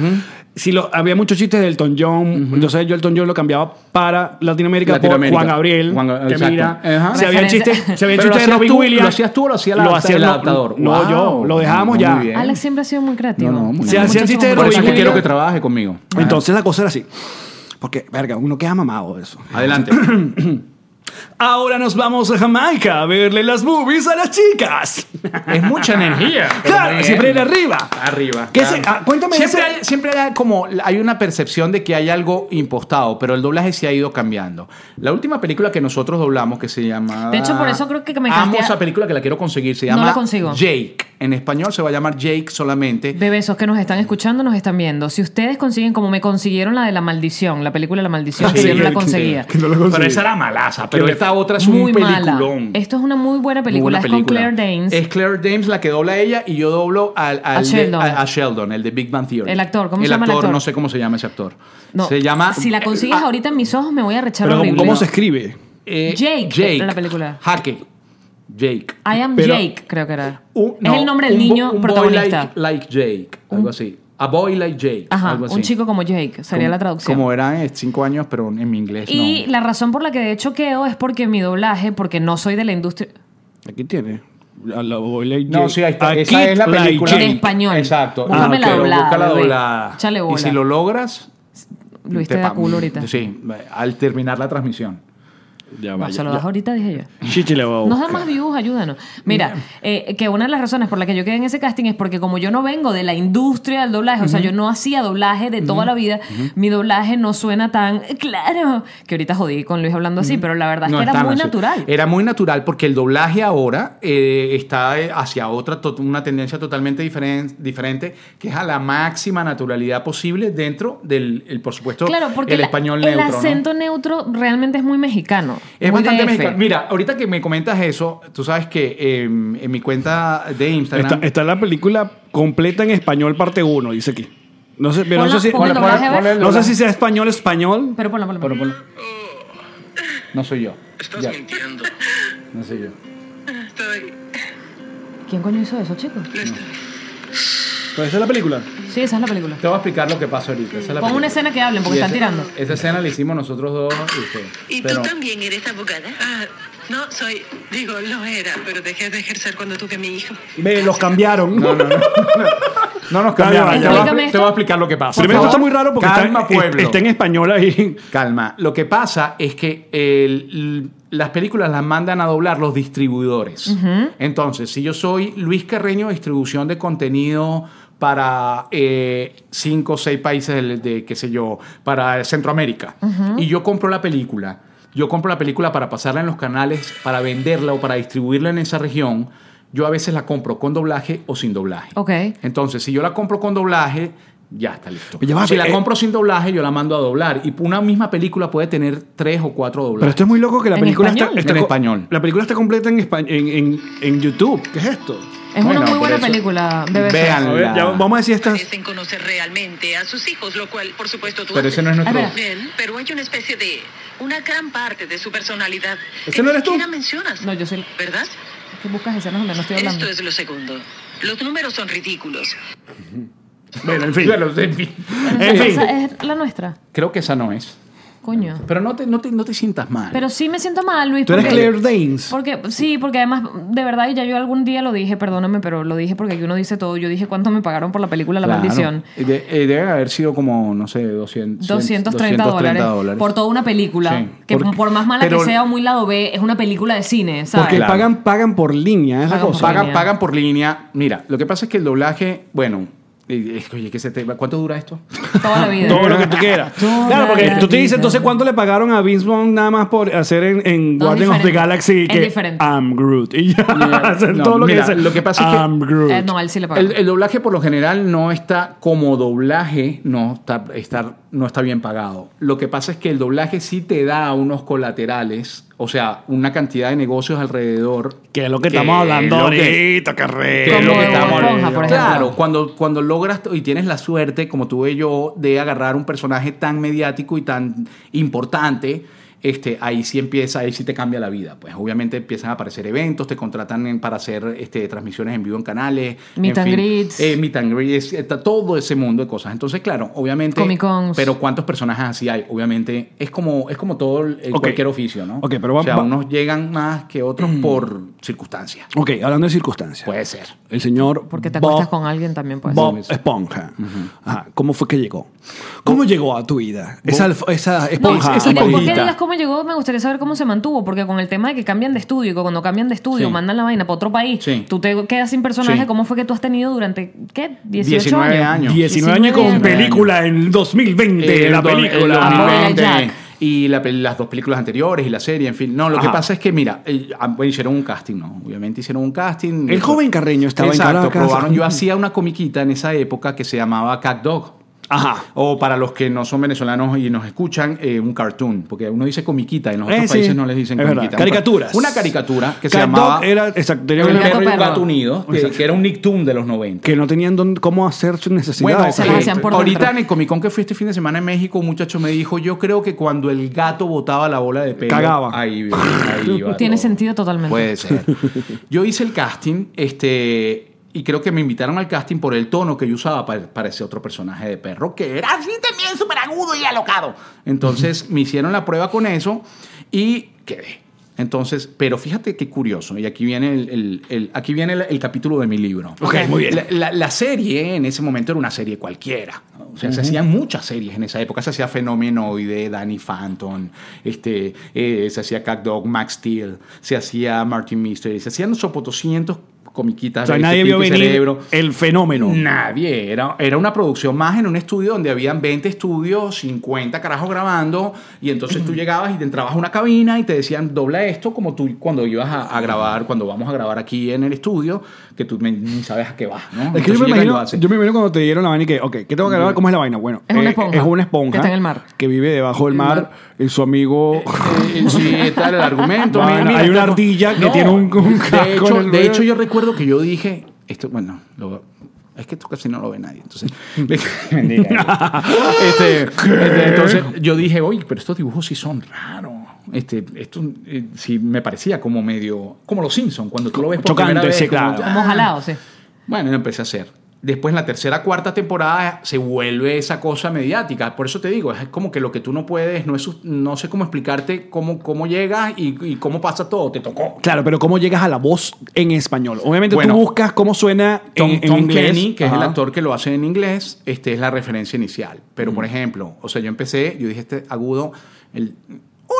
Si lo, había muchos chistes de Elton John, entonces yo Elton John lo cambiaba para Latinoamérica, Latinoamérica. por Juan Gabriel. Juan Ga- que exacto. mira, Ajá. si había Referencia. chistes, si había Pero lo chistes de hacías Robin tú- Williams. ¿lo hacías tú o lo hacía la- el no, adaptador? No, Wow. yo, lo dejábamos Muy ya. bien. Alex siempre ha sido muy creativo. No, no, muy Sabe bien. Si hacía mucho chistes de cómo Por eso es que Robin resolver. quiero que trabaje conmigo. Entonces la cosa era así. Porque, verga, uno queda mamado de eso. Adelante. Ahora nos vamos a Jamaica a verle las movies a las chicas. Es mucha energía. pero muy claro, bien. siempre él arriba. Arriba. ¿Qué claro. se- ah, cuéntame Siempre, ese- hay, siempre hay como hay una percepción de que hay algo impostado, pero el doblaje se ha ido cambiando. La última película que nosotros doblamos que se llama. De hecho, por eso creo que me amo castea- esa película que la quiero conseguir. Se No llama la consigo. Jake. En español se va a llamar Jake solamente. Bebesos que nos están escuchando, nos están viendo. Si ustedes consiguen, como me consiguieron la de La Maldición, la película La Maldición, que yo no la conseguía. Que no lo Pero conseguí. esa era malaza. Pero Que le- esta otra es Muy un mala. peliculón. Esto es una muy buena Muy película. buena es con película. Claire Danes. Es Claire Danes la que dobla ella y yo doblo al, al A de- Sheldon. a- a Sheldon, el de Big Bang Theory. El actor, ¿cómo se llama el actor? No sé cómo se llama ese actor. No, Se llama. Ah, Si la consigues ahorita en mis ojos, me voy a rechar Pero ¿cómo, horrible. cómo se escribe? eh, Jake, la película. Jake. Jake. I am Pero- Jake, creo que era. Un- no, es el nombre del un bo- niño un boy protagonista. like, like Jake, algo así. A boy like Jake. Ajá, algo así. un chico como Jake, sería Como- la traducción. Como eran eh, cinco años, pero en inglés y no. la razón por la que de hecho quedo es porque mi doblaje, porque no soy de la industria. Aquí tiene. A la Boy Like No, Jake. sí, ahí está. A Esa Kid es la Like película. Jake. En español. Exacto. Búscame Ah, la ok. doblada. Busca la bebé. doblada. Échale bola. Y si lo logras. Luis te da pa- culo ahorita. Sí, al terminar la transmisión. Ya No, vaya. se lo das ahorita, dije yo. Chichi la va a Nos da buscar. más views, ayúdanos. Mira, eh, que una de las razones por la que yo quedé en ese casting es porque como yo no vengo de la industria del doblaje, o sea, yo no hacía doblaje de toda la vida, mi doblaje no suena tan eh, claro, que ahorita jodí con Luis hablando así, pero la verdad es No, que era está muy así. natural. Era muy natural porque el doblaje ahora eh, está eh, hacia otra, to- una tendencia totalmente diferen- diferente, que es a la máxima naturalidad posible dentro del, el, por supuesto, Claro, porque el la- español el neutro. ¿no? acento neutro realmente es muy mexicano. Es muy bastante DF. mexicano. Mira, ahorita que me comentas eso, tú sabes que eh, en mi cuenta de Instagram. Está, está la película completa en español, parte 1, dice aquí. No sé, pero no Ponla- sé si. ponla en Ponla- doblaje, a ver. ponla- no sé si sea español, español. Pero ponlo, ponlo, Pero ponlo. ponlo. No soy yo. Estás Ya, mintiendo. no soy yo. Estoy. ¿Quién coño hizo eso, chicos? Pero Pues esa es la película. Sí, esa es la película. Te voy a explicar lo que pasó ahorita. Esa es la Pon una película. escena que hablen, porque Y están esa- tirando. Esa escena la hicimos nosotros dos y usted. ¿Y Pero- tú también eres abogada? Ah, no, soy. Digo, lo era, pero dejé de ejercer cuando tuve a mi hijo. Ve, los cambiaron. No, no, no. No nos cambiamos. Te voy, a, Explícame te voy a esto. explicar lo que pasa. Primero, Por esto está muy favor, raro porque calma, está, en- pueblo. está en español ahí. Calma. Lo que pasa es que el- las películas las mandan a doblar los distribuidores. Entonces, si yo soy Luis Carreño, distribución de contenido para eh, cinco o seis países del- de, qué sé yo, para Centroamérica, y yo compro la película, yo compro la película para pasarla en los canales, para venderla o para distribuirla en esa región, yo a veces la compro con doblaje o sin doblaje. Ok. Entonces, si yo la compro con doblaje, ya está listo. Ya va, si la eh. compro sin doblaje, yo la mando a doblar. Y una misma película puede tener tres o cuatro Pero doblajes. esto es muy loco que la ¿En película español? está, está En co- español. La película está completa en, espa- en, en, en YouTube. ¿Qué es esto? Es Bueno, una muy por buena eso- película, bebé. A Véanla. ver, ya vamos a decir estas. Parecen conocer realmente a sus hijos, lo cual, por supuesto, tú Pero haces. ese no es nuestro. Ah, espera. Bien, pero hay una especie de... Una gran parte de su personalidad. ¿Ese que no ni eres tú? siquiera mencionas. No, yo soy la- ¿Verdad? ¿Qué buscas escenas donde no estoy hablando? Esto es lo segundo. Los números son ridículos. Bueno, en fin. Bueno, en fin. En fin. Esa es la nuestra. Creo que esa no es. Coño. Pero no te, no te, no te sientas mal. Pero sí me siento mal, Luis. Tú eres porque- Claire Danes. Porque, sí, porque además, de verdad, y ya yo algún día lo dije, perdóname, pero lo dije porque aquí uno dice todo. Yo dije cuánto me pagaron por la película La Claro. Maldición. De- eh, deben haber sido como, no sé, 200, 230, dólares, por toda una película. Sí. que Porque- por más mala pero- que sea o muy lado B, es una película de cine, ¿sabes? Porque Claro. pagan, pagan por línea, es la Pagan por cosa. línea. pagan, pagan por línea. Mira, lo que pasa es que el doblaje, bueno, eh, eh, oye, que se te, ¿cuánto dura esto? Toda la vida. Todo lo que tú quieras. Toda claro, porque la tú te dices vida. entonces cuánto le pagaron a Vince Vaughn nada más por hacer en, en No, es Guardian of the diferente. Galaxy Es que diferente. I'm Groot. Y ya, hacer No, todo lo mira, que dice. lo que pasa es que- I'm Groot. Eh, no, a él sí le pagaron. El, el doblaje por lo general no está como doblaje, no está, está- no está bien pagado. Lo que pasa es que el doblaje sí te da unos colaterales, o sea, una cantidad de negocios alrededor. que es lo que estamos hablando lo que- ahorita, que re- Como lo que de Bob Esponja, por ejemplo. Claro, cuando, cuando logras y tienes la suerte, como tuve yo, de agarrar un personaje tan mediático y tan importante, este, ahí sí empieza, ahí sí te cambia la vida. Pues obviamente empiezan a aparecer eventos, te contratan en- para hacer este, transmisiones en vivo en canales. Meet en and fin, greets. eh, meet and greets, está todo ese mundo de cosas. Entonces, claro, obviamente. Comic Cons. Pero ¿cuántos personajes así hay? Obviamente, es como, es como todo el- Ok. cualquier oficio, ¿no? Ok, pero va- o sea, va- unos llegan más que otros Mm. por circunstancias. Ok, hablando de circunstancias. Puede ser. el señor. Porque te Bob- acuestas con alguien también, pues. Bob Esponja. Ajá, ¿Cómo fue que llegó? ¿Cómo llegó a tu vida? Esa, alf- esa No, esponja. y después que esponjita. digas cómo llegó, me gustaría saber cómo se mantuvo, porque con el tema de que cambian de estudio, que cuando cambian de estudio Sí. mandan la vaina para otro país, Sí. tú te quedas sin personaje, Sí. ¿cómo fue que tú has tenido durante, qué? 18 19 años. años. 19 años 19 con años. película en 2020. El la do- Eh, el película. Amor era 2020, Jack. Y la pel- las dos películas anteriores y la serie, en fin. No, lo Ajá. que pasa es que, mira, eh, ah, bueno, hicieron un casting, ¿no? Obviamente hicieron un casting. El joven Carreño estaba en Exacto, Caracas. probaron. Yo hacía una comiquita en esa época que se llamaba Cat Dog. Ajá. O para los que no son venezolanos y nos escuchan, eh, un cartoon. Porque uno dice comiquita, en los otros Eh, sí. países no les dicen Es verdad. comiquita. Un- Caricaturas. Una caricatura que se Cat Dog llamaba era- exacto, tenía El un perro gato y un perro. gato unido, que, que era un Nicktoon de los 90. Que no tenían dónde- cómo hacer sus necesidades. Bueno, Se las eh, hacían por ahorita dentro. en el Comic Con que fui este fin de semana en México, un muchacho me dijo, yo creo que cuando el gato botaba la bola de pelo, Cagaba. ahí, ahí iba Tiene todo". sentido totalmente. Puede ser. Yo hice el casting, este, y creo que me invitaron al casting por el tono que yo usaba para, para ese otro personaje de perro, que era así también súper agudo y alocado. Entonces me hicieron la prueba con eso y quedé. Entonces, pero fíjate qué curioso, y aquí viene el, el- el- aquí viene el, el capítulo de mi libro. Ok, muy bien. La, la- la serie en ese momento era una serie cualquiera. ¿no? O sea, se hacían muchas series en esa época. Se hacía Fenomenoide, Danny Phantom, este, eh, se hacía Cat Dog, Max Steel, se hacía Martin Mystery, se hacían sopotoscientos comiquitas. O sea, de nadie Pico vio y venir Cerebro. el fenómeno. Nadie. Era, era una producción más en un estudio donde habían 20 estudios, 50 carajos grabando, y entonces tú llegabas y te entrabas a una cabina y te decían, dobla esto, como tú cuando ibas a, a grabar, cuando vamos a grabar aquí en el estudio, que tú me- ni sabes a qué vas, ¿no? Es que yo Entonces me, llegas y lo imagino, haces. yo me imagino cuando te dieron la vaina y que, ok, ¿qué tengo que grabar? ¿Cómo es la vaina? Bueno, Es una eh, esponja. es una esponja Que está en el mar. Que vive debajo del El mar, mar. y su amigo. Eh, sí, está el argumento. Bueno, hay una tengo- ardilla que tiene un- un casco de en hecho, el de medio. hecho, yo recuerdo que yo dije, esto, bueno, lo- es que esto casi no lo ve nadie. Entonces, Mentira. Este, este, entonces yo dije, oye, pero estos dibujos sí son raros. Este, esto eh, sí me parecía como medio, como los Simpsons, cuando tú lo ves por Chocante, primera vez, sí, como, claro. Como ah. jalado, sí. Bueno, lo empecé a hacer. Después en la tercera, cuarta temporada se vuelve esa cosa mediática. Por eso te digo, es como que lo que tú no puedes, no, es, sus- no sé cómo explicarte cómo, cómo llegas y, y cómo pasa todo. Te tocó. Claro, pero ¿cómo llegas a la voz en español? Obviamente Bueno, tú buscas cómo suena Tom, en, en Tom inglés. Kenny, que es el Ajá. actor que lo hace en inglés, este es la referencia inicial. Pero, Mm. por ejemplo, o sea, yo empecé, yo dije este agudo, el...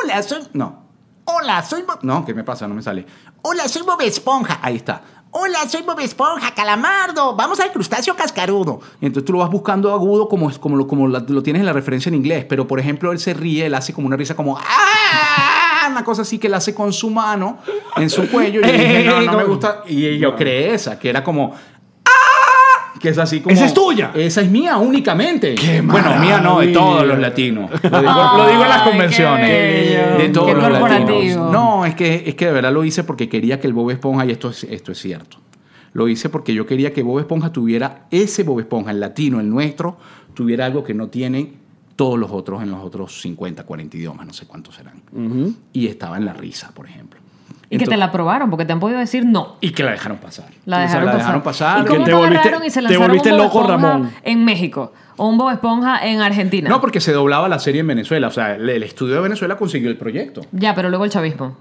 Hola, soy... No. Hola, soy... Bob-". No, ¿qué me pasa? No me sale. Hola, soy Bob Esponja. Ahí está. Hola, soy Bob Esponja, calamardo. Vamos al crustáceo cascarudo. Y entonces tú lo vas buscando agudo como, es- como, lo, como la- lo tienes en la referencia en inglés. Pero, por ejemplo, él se ríe, él hace como una risa como... "Ah", Una cosa así que él hace con su mano en su cuello. Y yo dije, no, no me gusta. Y yo creé esa, que era como que es así como. ¡Esa es tuya! Esa es mía únicamente. ¡Qué bueno, mía no, de maravilla! todos los latinos. Lo digo, lo digo en las Ay, qué convenciones. bello. De todos Qué los corporativo. latinos. No, es que, es que de verdad lo hice porque quería que el Bob Esponja, y esto es, esto es cierto, lo hice porque yo quería que Bob Esponja tuviera ese Bob Esponja, el latino, el nuestro, tuviera algo que no tienen todos los otros en los otros 50, 40 idiomas, no sé cuántos serán. Y estaba en la risa, por ejemplo. Y que te Entonces- la probaron, porque te han podido decir no. y que la dejaron pasar. La O sea, dejaron, la dejaron pasar. ¿Y cómo te no volviste- agarraron y se te lanzaron volviste un Bob loco, Esponja Ramón. En México, o un Bob Esponja en Argentina. No, porque se doblaba la serie en Venezuela. O sea, el, el estudio de Venezuela consiguió el proyecto. Ya, pero luego el chavismo.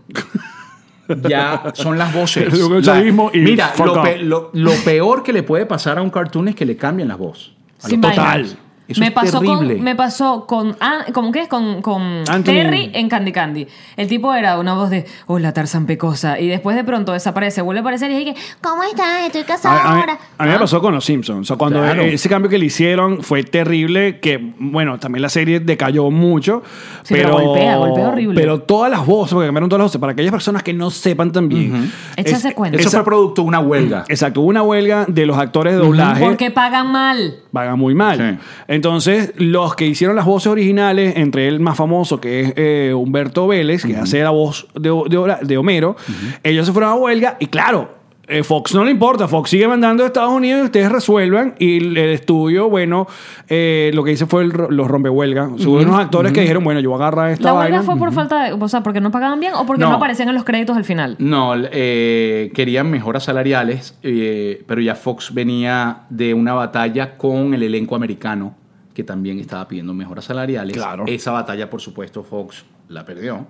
Ya son las voces. Luego el La- chavismo y mira, fuck lo, up. pe- lo- lo peor que le puede pasar a un cartoon es que le cambien las voces. Sin total. vaina. Eso me es pasó terrible. con me pasó con ah, ¿cómo qué es? con, con Anthony. Terry en Candy Candy el tipo era una voz de hola Tarzan Pecosa y después de pronto desaparece vuelve a aparecer y dije ¿Cómo estás? Estoy casada A, a mí, ahora. a ¿Ah? mí me pasó con Los Simpsons. O sea, cuando Claro. ese cambio que le hicieron fue terrible, que bueno, también la serie decayó mucho. Sí, pero golpea, golpea horrible. Pero todas las voces, porque cambiaron todas las voces, para aquellas personas que no sepan también. Échase cuenta. Eso esa- fue producto de una huelga. Exacto, hubo una huelga de los actores de doblaje. porque pagan mal Pagan muy mal. Sí. Entonces, los que hicieron las voces originales, entre el más famoso que es eh, Humberto Vélez, que hace la voz de, de- de Homero, ellos se fueron a huelga y claro, eh, Fox no le importa, Fox sigue mandando a Estados Unidos y ustedes resuelvan. Y el, el estudio, bueno, eh, lo que hice fue el ro- los rompehuelgas. Hubo unos actores que dijeron, bueno, yo voy a agarrar esta la huelga vaina. fue por falta de o sea porque no pagaban bien o porque no, No. aparecían en los créditos al final No, eh, querían mejoras salariales, eh, pero ya Fox venía de una batalla con el elenco americano, que también estaba pidiendo mejoras salariales. Claro. Esa batalla, por supuesto, Fox la perdió.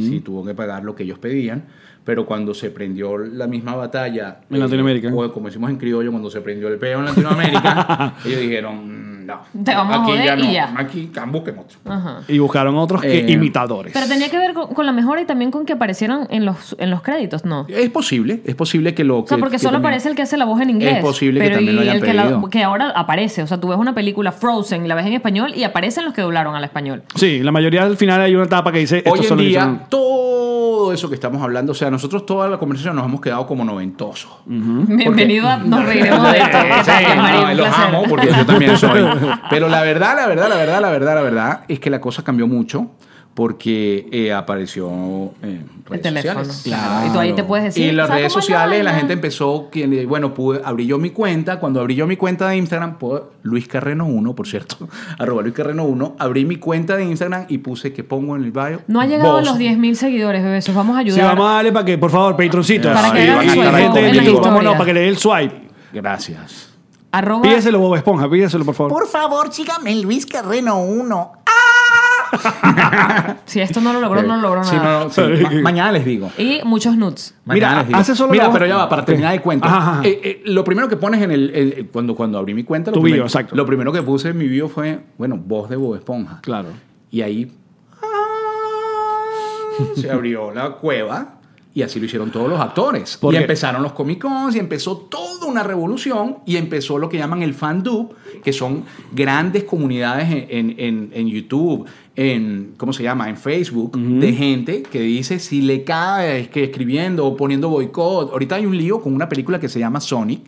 Sí, tuvo que pagar lo que ellos pedían, pero cuando se prendió la misma batalla. En Latinoamérica. o como decimos en criollo, cuando se prendió el peo en Latinoamérica, ellos dijeron. "Mm, no. Te vamos a aquí joder ya no. y ya. Aquí ah, busquen otro. Ajá. Y buscaron otros que- Eh, imitadores. Pero tenía que ver con, con la mejora y también con que aparecieran en los, en los créditos, ¿no? Es posible, es posible que lo. O sea, porque solo aparece el que hace la voz en inglés. Es posible que pero también y lo hayan el que, la- pedido. que ahora aparece. O sea, tú ves una película Frozen y la ves en español y aparecen los que doblaron al español. Sí, la mayoría al final hay una etapa que dice. Hoy esto en solo día, hicieron- todo eso que estamos hablando, o sea, nosotros toda la conversación nos hemos quedado como noventosos. Bienvenido a Nos Reiremos de esto. ¿Qué Sí, tal, María? Mm. Un no, los placer. amo porque yo también soy. Pero la verdad, la verdad, la verdad, la verdad, la verdad es que la cosa cambió mucho porque eh, apareció eh, El redes teléfono. sociales. Claro. Y tú ahí te puedes decir, Y las ¿sabes redes cómo es la sociales, la vaina? gente empezó, que, eh, bueno, pude, abrí yo mi cuenta. Cuando abrí yo mi cuenta de Instagram, puedo- Luis Carreno 1, por cierto, arroba Luis Carreno 1, abrí mi cuenta de Instagram y puse que pongo en el bio. No ha llegado Vos. a los 10.000 seguidores, bebés. Os vamos a Sí, ayudar. vamos a darle para que, por favor, Patroncito. Para que Sí, hagan van a su estar swipe ahí up en pendientes. la historia. Vámonos, para que le dé el swipe. Gracias. Arroba- Pídeselo, Bob Esponja, pídeselo, por favor. Por favor, síganme en Luis Carreno 1. Si esto no lo logró, no lo logró Sí, nada. no, no, sí. Ma- mañana les digo. Y muchos nudes. Mira, Mañana les digo. hace solo Mira, la voz. pero ya va, para Ok. terminar de cuento. Ajá, ajá. Eh, eh, lo primero que pones en el. el- el- cuando, cuando abrí mi cuenta. Tu lo bio, primero, exacto. Lo primero que puse en mi bio fue, bueno, voz de Bob Esponja. Claro. Y ahí. ¡ah! se abrió la cueva. Y así lo hicieron todos los actores. ¿Por y qué? empezaron los Comic Cons y empezó toda una revolución y empezó lo que llaman el fandub, que son grandes comunidades en, en- en- en YouTube, en, ¿cómo se llama? En Facebook, de gente que dice si le cae que escribiendo o poniendo boicot. Ahorita hay un lío con una película que se llama Sonic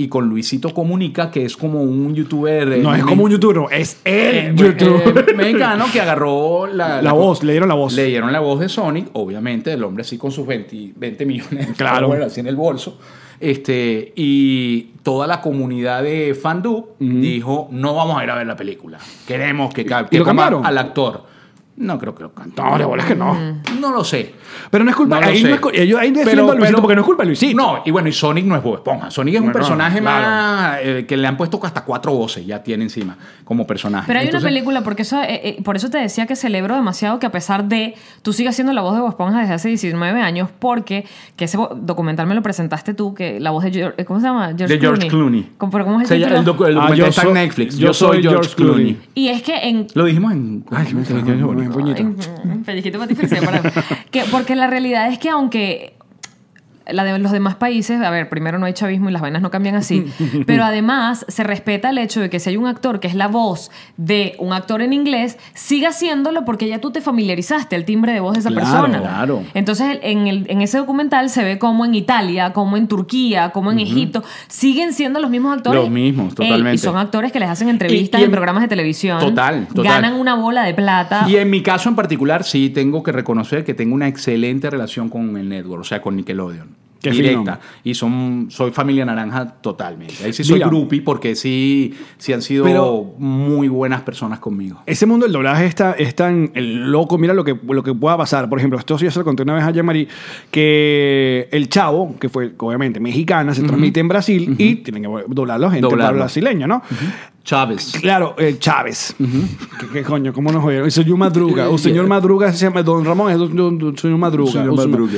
y con Luisito Comunica, que es como un youtuber. eh, No es me- como un youtuber, no, es eh, el eh, youtuber. mexicano que agarró la, La voz, le dieron la voz. Le dieron la voz de Sonic, obviamente, el hombre así con sus 20, 20 millones de Claro. followers así en el bolso. Este, y toda la comunidad de Fandub dijo, no vamos a ir a ver la película. Queremos que, ca- que lo pongan cambiaron? al actor. No creo que lo cantó. No, de bolas que no. No lo sé. Pero no es culpa. No lo ahí sé. no es, cu- ellos ahí defiendo Pero- a Luisito pero- porque no es culpa de Luisito. No, y bueno, y Sonic no es Bob Esponja. Sonic es un Bueno, personaje claro. más eh, que le han puesto hasta cuatro voces ya tiene encima como personaje. Pero hay Entonces- una película, porque eso, eh, eh, por eso te decía que celebro demasiado que a pesar de tú sigas siendo la voz de Bob Esponja desde hace 19 años, porque que ese bo- documental me lo presentaste tú, que la voz de George, eh, ¿cómo se llama? de George Clooney. ¿Cómo- pero cómo es Se el llama- título? docu- el Ah, documental yo está soy- en Netflix. yo soy George Clooney. Y es que en Lo dijimos en. Ay, me salió un buen puñito. Un pellizquito para ti, felicidad para- que Porque la realidad es que aunque la de los demás países, a ver, primero no hay chavismo y las vainas no cambian así, pero además se respeta el hecho de que si hay un actor que es la voz de un actor en inglés, siga haciéndolo porque ya tú te familiarizaste al timbre de voz de esa Claro, persona. claro. Entonces, en, el- en ese documental se ve cómo en Italia, cómo en Turquía, cómo en Egipto, siguen siendo los mismos actores. Los mismos, Ey, y totalmente. son actores que les hacen entrevistas Y- y en en- programas de televisión. Total, total. Ganan una bola de plata. Y en mi caso en particular, sí tengo que reconocer que tengo una excelente relación con el network, o sea, con Nickelodeon. Qué directa. fino. Y son, soy familia naranja totalmente. Ahí sí soy Mira. groupie porque sí, sí han sido Pero- muy buenas personas conmigo. Ese mundo del doblaje está, es tan el loco. Mira lo que, lo que pueda pasar. Por ejemplo, esto sí yo se lo conté una vez a Yamari, que El Chavo, que fue obviamente mexicana, se transmite en Brasil y tienen que doblar la gente para Doblarlo. brasileño, ¿no? Chávez. Claro, eh, Chávez. ¿Qué, qué coño? ¿Cómo nos oyeron? El señor Madruga. Un señor Madruga se llama Don Ramón, es don, don- don señor Madruga. Un señor-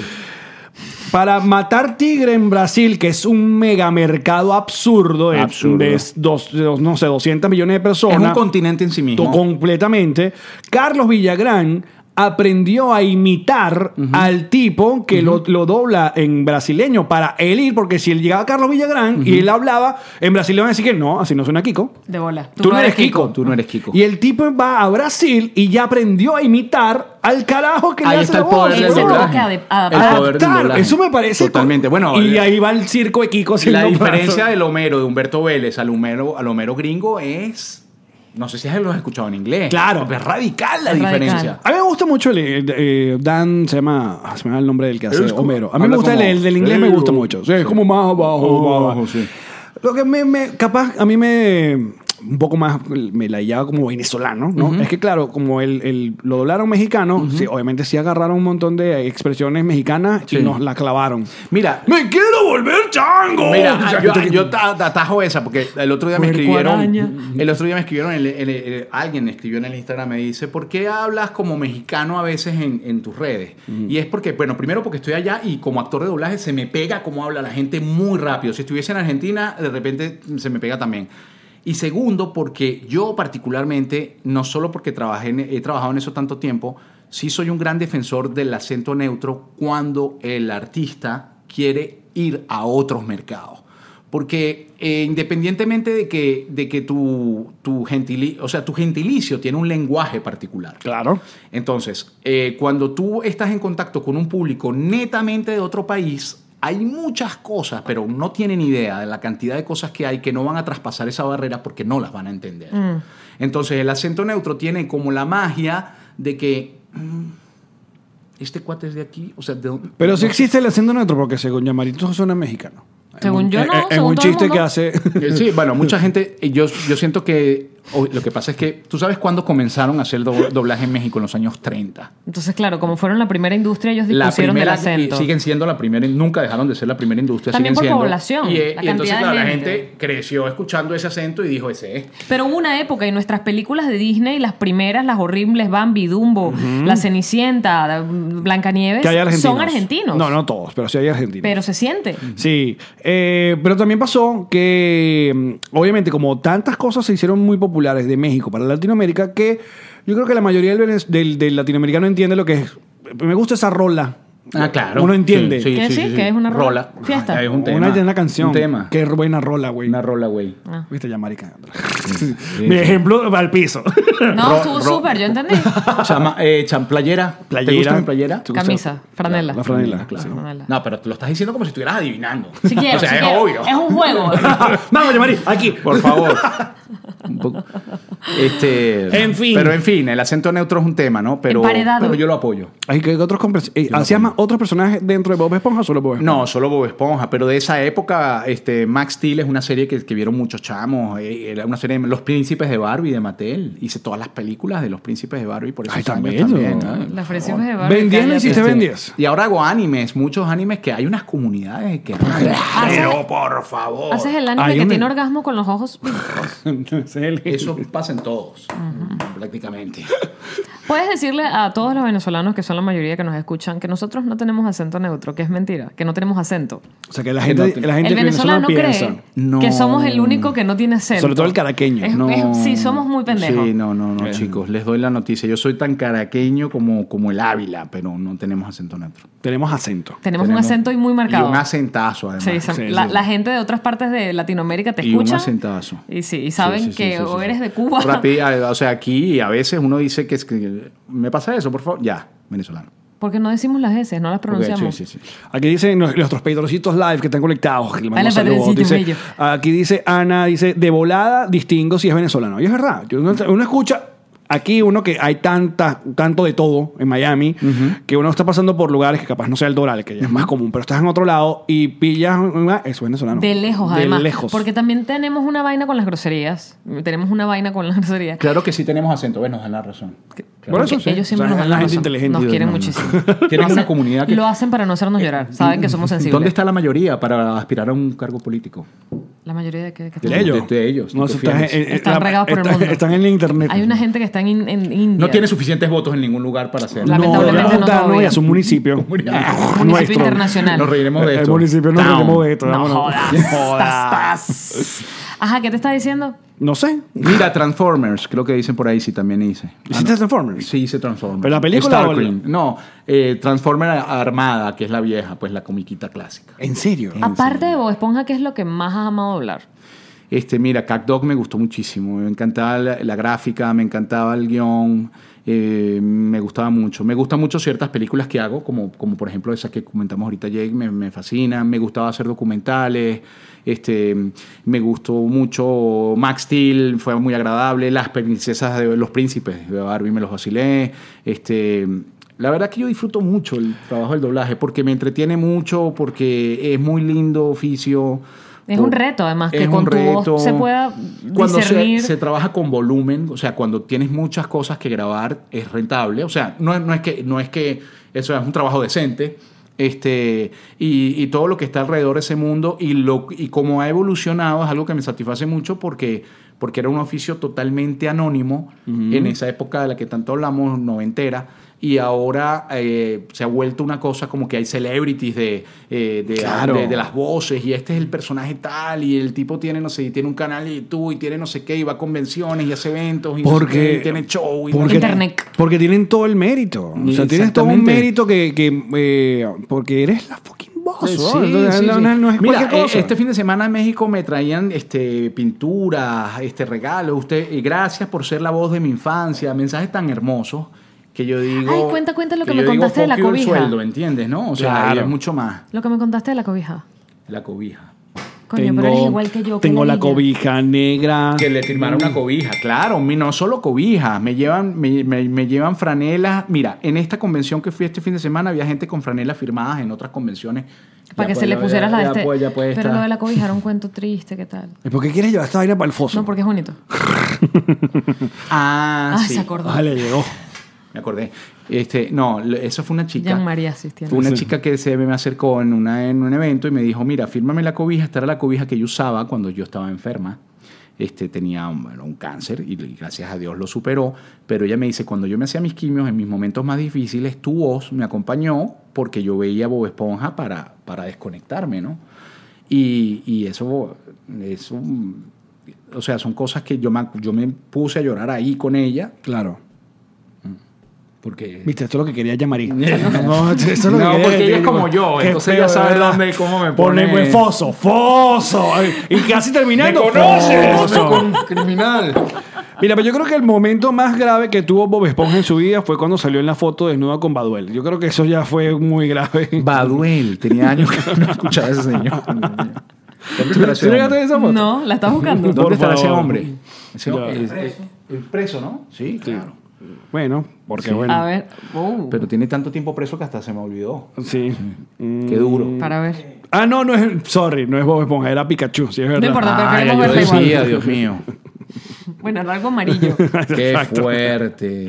Para matar tigre en Brasil, que es un megamercado absurdo, de- Absurdo. de, dos, de dos- no sé, 200 millones de Es personas. un continente en sí to- mismo. Completamente. Carlos Villagrán aprendió a imitar al tipo que lo- lo, dobla en brasileño para él ir, porque si él llegaba a Carlos Villagrán y él hablaba en brasileño, así que no, así no suena Kiko. De bola. Tú, no eres Kiko. Tú no eres Kiko. Y el tipo va a Brasil y ya aprendió a imitar al carajo que le Ahí hace está la el poder voz. Él del se tuvo doblaje. que ade- adaptar. El poder del Adaptar. doblaje. Eso me parece. Totalmente. Bueno, y el- ahí va el circo de Kiko. La haciendo diferencia pasos. del Homero, de Humberto Vélez, al Homero, al Homero gringo es. No sé si lo has escuchado en inglés. Claro. Es radical la Es radical. diferencia. A mí me gusta mucho el eh, eh, Dan, se llama, ah, se me da el nombre del que hace Es como- Homero. A mí me habla gusta el, como- el del inglés, me Sí, gusta o- mucho. Sí, es sí. como más abajo, más abajo. sí. Lo que me, me- capaz a mí me un poco más me la llevaba como venezolano, ¿no? Es que claro, como el, el- lo doblaron mexicano, sí, obviamente sí agarraron un montón de expresiones mexicanas y Sí. nos la clavaron. Mira, ¡Me quiero volver chango! Mira, O sea, yo, que Oh, te- yo ta- atajo esa porque el otro día me Puerco araña. escribieron. El otro día me escribieron, el- el- el- alguien me escribió en el Instagram, me dice, ¿por qué hablas como mexicano a veces en, en tus redes? Y es porque, bueno, primero porque estoy allá y como actor de doblaje se me pega cómo habla la gente muy rápido. Si estuviese en Argentina, de repente se me pega también. Y segundo, porque yo particularmente, no solo porque trabajé en- he trabajado en eso tanto tiempo, sí soy un gran defensor del acento neutro cuando el artista quiere ir a otros mercados. Porque eh, independientemente de que, de que tu, tu, gentili- o sea, tu gentilicio tiene un lenguaje particular. Claro. Entonces, eh, cuando tú estás en contacto con un público netamente de otro país, hay muchas cosas, pero no tienen idea de la cantidad de cosas que hay que no van a traspasar esa barrera porque no las van a entender. Entonces, el acento neutro tiene como la magia de que mm, este cuate es de aquí, o sea, de dónde- Pero no sí sé. existe el acento neutro, porque según Yamarito suena mexicano. Según yo, no, Es según un todo el chiste mundo. que hace. Eh, Sí, bueno, mucha gente, eh, yo, yo siento que o- lo que pasa es que, ¿tú sabes cuándo comenzaron a hacer do- doblaje en México? En los años 30. Entonces, claro, como fueron la primera industria, ellos la dispusieron primera, del acento. y siguen siendo la primera, nunca dejaron de ser la primera industria. También siguen por siendo. población, Y, la eh, y cantidad entonces de claro, la gente. gente creció escuchando ese acento y dijo, ese es. Pero hubo una época en nuestras películas de Disney, las primeras, las horribles, Bambi, Dumbo, La Cenicienta, la- Blancanieves, que hay argentinos. son argentinos. No, no todos, pero sí hay argentinos. Pero se siente. Sí, eh, pero también pasó que, mm, obviamente, como tantas cosas se hicieron muy populares de México para Latinoamérica, que yo creo que la mayoría del, venez- del- del latinoamericano entiende lo que es. Me gusta esa rola. Ah, Uno entiende. ¿Qué Ah, sí, sí, que es una rola? Fiesta. Ay, Ah, Es un tema. Una, una canción. Un tema. Qué buena rola, güey. Una rola, güey. Ah. Viste ya, marica. Mi ejemplo va al piso. No, Ro- estuvo ro- súper, yo entendí. Chama, eh, cham- playera. ¿Te gusta mi playera? ¿Te gusta? Camisa, franela. La franela, Claro. sí. Franela. No, pero te lo estás diciendo como si estuvieras adivinando. Si quiero, o sea, si es quiero. obvio. Es un juego. Vamos, Yamari, aquí. Por favor. Un poco. Este, En fin. Pero en fin, el acento neutro es un tema, ¿no? Pero, Emparedado. pero yo lo apoyo. Hay que otros compres- eh, ¿Hacías más otros personajes dentro de Bob Esponja o solo Bob Esponja? No, solo Bob Esponja, pero de esa época, este, Max Steel es una serie que, que vieron muchos chamos, eh, era una serie de Los Príncipes de Barbie de Mattel, hice todas las películas de Los Príncipes de Barbie por esos Ay, tan años bello. también, ¿no? Las ofrecimos de Barbie. Ben 10 lo cállate. hiciste Ben 10. Y ahora hago animes, muchos animes que hay unas comunidades que... Pero por favor. Haces el anime Hay que un- tiene orgasmo con los ojos. Eso pasa en todos, prácticamente. Puedes decirle a todos los venezolanos, que son la mayoría que nos escuchan, que nosotros no tenemos acento neutro, que es mentira, que no tenemos acento. O sea, que la gente, Que no te- la gente el de venezolano piensa. cree No. que somos el único que no tiene acento. Sobre todo el caraqueño. Es- No. es- sí, somos muy pendejos. Sí, no, no, no, chicos, les doy la noticia. Yo soy tan caraqueño como, como el Ávila, pero no tenemos acento neutro. Tenemos acento. Tenemos, un acento y muy marcado. Y un acentazo, además. Sí, son- Sí, la, sí. la gente de otras partes de Latinoamérica te y un escucha. acentazo. Y sí, y saben Sí, sí, sí, que sí, sí, o sí. eres de Cuba. Rapi- a- o sea, aquí a veces uno dice que es que me pasa eso, por favor. Ya, venezolano. Porque no decimos las S, no las Ok, pronunciamos. sí, sí, sí. Aquí dicen nos- nuestros pedrocitos live que están conectados. que le Hola, mandamos saludos. Pedrocitos, Dice- bello. aquí dice Ana, dice, de volada distingo si es venezolano. Y es verdad. Yo- uno, uno escucha aquí uno que hay tanta, tanto de todo en Miami, que uno está pasando por lugares que capaz no sea el Doral, que ya es más común, pero estás en otro lado y pillas, una- es venezolano. De lejos, además. De lejos. Porque también tenemos una vaina con las groserías. Tenemos una vaina con las groserías. Claro que sí tenemos acento, ves, nos dan la razón. Claro. Por eso Que sí. Ellos siempre O sea, nos dan la la gente razón. inteligente, Nos Dios quieren mío. muchísimo. Tienen Lo una hacen- comunidad que- Lo hacen para no hacernos llorar. Saben que somos sensibles. ¿Dónde está la mayoría para aspirar a un cargo político? La mayoría de que, que De De- ellos. de ellos, No, tú eso te está- fijas. eh, eh, Están la- regados por el está- mundo. Están en el internet. Hay una gente que está en, en India. No tiene suficientes votos en ningún lugar para hacerlo. Lame- Lamentablemente no, no todavía. y a su municipio. Municipio Nuestro. internacional. Nos reiremos de El esto. municipio no Down. tenemos esto. No vámonos. jodas. Jodas. Ajá, ¿qué te está diciendo? No sé. Mira, Transformers, creo que dicen por ahí, sí, también hice. Ah, ¿Hiciste Transformers? Sí, hice Transformers. ¿Pero la película o la- Starcream. No, eh, Transformer Armada, que es la vieja, pues la comiquita clásica. ¿En serio? Aparte de Bob Esponja, ¿qué es lo que más has amado hablar? Este, mira, CatDog me gustó muchísimo. Me encantaba la, la gráfica, me encantaba el guión. eh, me gustaba mucho. Me gustan mucho ciertas películas que hago, como, como por ejemplo esa que comentamos ahorita, Jake, me, me fascinan. Me gustaba hacer documentales. Este, me gustó mucho Max Steel, fue muy agradable. Las princesas de los príncipes de Barbie me los vacilé. Este, la verdad que yo disfruto mucho el trabajo del doblaje porque me entretiene mucho, porque es muy lindo oficio. Es Por- un reto, además, que es con un tu voz reto. se pueda Cuando se, discernir. se trabaja con volumen, o sea, cuando tienes muchas cosas que grabar, es rentable. O sea, no, es- no, es, que, no es que eso es un trabajo decente. Este, y, y todo lo que está alrededor de ese mundo y, lo, y cómo ha evolucionado es algo que me satisface mucho porque, porque era un oficio totalmente anónimo en esa época de la que tanto hablamos, noventera, y ahora eh, se ha vuelto una cosa como que hay celebrities de, eh, de, Claro. de- de las voces, y este es el personaje tal, y el tipo tiene, no sé, y tiene un canal de YouTube, y tiene no sé qué, y va a convenciones, y hace eventos, y, no sé qué, Porque, y tiene show, y no porque, sé qué. Internet. porque tienen todo el mérito. O sea, tienes todo un Exactamente. mérito que. que, eh, porque eres la fucking boss. Eh, Sí, ¿no? sí, Entonces, sí, no, sí. no- no es Mira, cualquier cosa. eh, este fin de semana en México me traían este, pinturas, este, regalos. Usted, eh, gracias por ser la voz de mi infancia. Mensajes tan hermosos que yo digo. Ay, cuenta, cuenta lo que me yo digo, contaste de la fuck you el cobija. sueldo, ¿entiendes? ¿No? O sea, Claro. es mucho más Lo que me contaste de la cobija. la cobija. Coño, pero eres igual que yo. qué Tengo la ladilla. cobija Ah. negra. Que le firmaron una cobija, claro, mi- no solo cobijas, me llevan, me, me- me llevan franelas. Mira, en esta convención que fui este fin de semana había gente con franelas firmadas en otras convenciones. Para Ya que pues, se le ya- pusieras ya- la de ya este. pues, ya pues, pero está. lo de la cobija era un cuento triste, ¿qué tal? ¿Y ¿Por qué quieres llevar esta vaina para el foso? No, porque es bonito. Ah, Ah, sí. se acordó. Ah, le llegó. Me acordé. Este, no, lo- eso fue una chica. Jean María asistiendo. Fue una chica que se me acercó en, una, en un evento y me dijo, mira, fírmame la cobija, esta era la cobija que yo usaba cuando yo estaba enferma. Este, tenía bueno, un cáncer y y gracias a Dios lo superó, pero ella me dice, cuando yo me hacía mis quimios en mis momentos más difíciles, tu voz me acompañó porque yo veía Bob Esponja para, para desconectarme, ¿no? Y, y eso, eso, o sea, son cosas que yo me, yo me puse a llorar ahí con ella, Mm. Claro. porque... Viste, esto es lo que quería llamar. No, eso es lo que No, quería porque ella decir, es como yo, qué entonces ella sabe ¿verdad? dónde y cómo me pone. pues, foso, foso. Ay, Y casi terminando. foso. criminal! Mira, pero yo creo que el momento más grave que tuvo Bob Esponja en su vida fue cuando salió en la foto desnuda con Baduel. Yo creo que eso ya fue muy grave. Baduel, tenía años que no escuchaba a ese señor. ¿Dónde estará ¿Sí ese llegaste a hombre? esa foto? No, la estás buscando. ¿Dónde Por estará ese favor. hombre? Ese Ya. hombre es- es- es preso, ¿no? Sí, claro. Bueno, porque bueno. A ver. Oh, wow. Pero tiene tanto tiempo preso que hasta se me olvidó. Sí. Mm. Qué duro. Para ver. Ah, no, no es. Sorry, no es Bob Esponja, era Pikachu, sí es verdad. importa. pero Ay, queremos yo verla igual. decía, Dios mío. Bueno, era algo amarillo. Qué fuerte.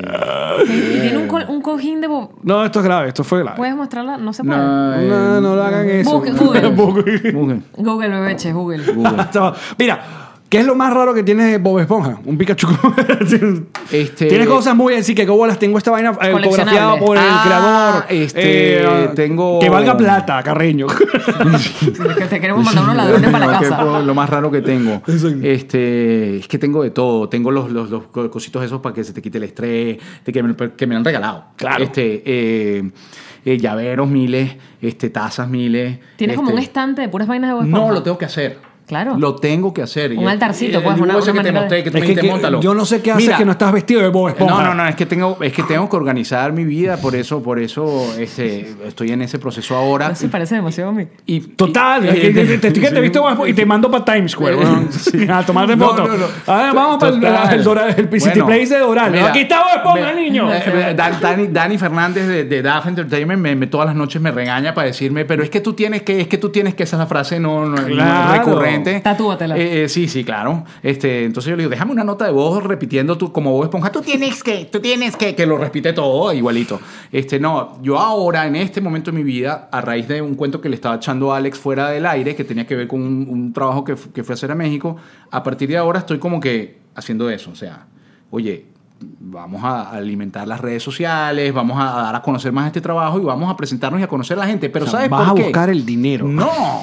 y tiene un, col- un cojín de. bo- No, esto es grave, esto fue grave. ¿Puedes mostrarla? No se puede. No, eh, no, no lo hagan eso. Busque- Google. Google. Google, bebé, che, Google. Hasta- Mira, ¿qué es lo más raro que tiene Bob Esponja? Un Pikachu. Este- Tienes cosas muy así que como las tengo esta vaina eh, Coleccionables. autografiada por el Ah, creador. Eh, este, tengo- Que valga plata, Carreño. Que te queremos mandar unos ladrones para la No, que casa. fue lo más raro que tengo. Exacto. Este, es que tengo de todo. Tengo los, los, los co- cositos esos para que se te quite el estrés, de que, me, que me han regalado. Claro. Este, eh, eh, llaveros miles, este, tazas miles. Tienes como un este- estante de puras vainas de Bob No, Esponja. lo tengo que hacer. Claro. Lo tengo que hacer. Un Y el- altarcito, el pues, dibujo una- ese una que te manera de- monté, que tú Es me que- dijiste, que- "Móntalo". yo no sé qué haces Mira, que no estás vestido de Bob Esponja. no, no, no, es que tengo, es que tengo que organizar mi vida, por eso, por eso este, estoy en ese proceso ahora. No se parece demasiado a mí. Y, Total, y- es que eh, te, te- te- que te sí. viste Bob Esponja y te mando para Times Square, weón. a tomarte No, fotos. no, no. Ah, vamos para el, Total. el, Dora- el City Bueno, Place de Doral. mira, Aquí está Bob Esponja, mira, niño. eh, eh, Dan- Dani, Dani Fernández de, de DAF Entertainment me, me- todas las noches me regaña para decirme, pero es que tú tienes que, es que tú tienes que, esa es la frase no, no- no Claro. es recurrente. Tatúatela. Eh, eh, sí, sí, claro. Este, entonces yo le digo, déjame una nota de voz repitiendo tú como Bob Esponja, tú tienes que, tú tienes que, que lo repite todo igualito. Este, no, yo ahora, en este momento de mi vida, a raíz de un cuento que le estaba echando a Alex fuera del aire, que tenía que ver con un, un trabajo que, fu- que fui a hacer a México, a partir de ahora estoy como que haciendo eso, o sea, oye, vamos a alimentar las redes sociales, vamos a dar a conocer más este trabajo y vamos a presentarnos y a conocer a la gente. Pero O sea, ¿sabes vas por a qué? buscar el dinero. No.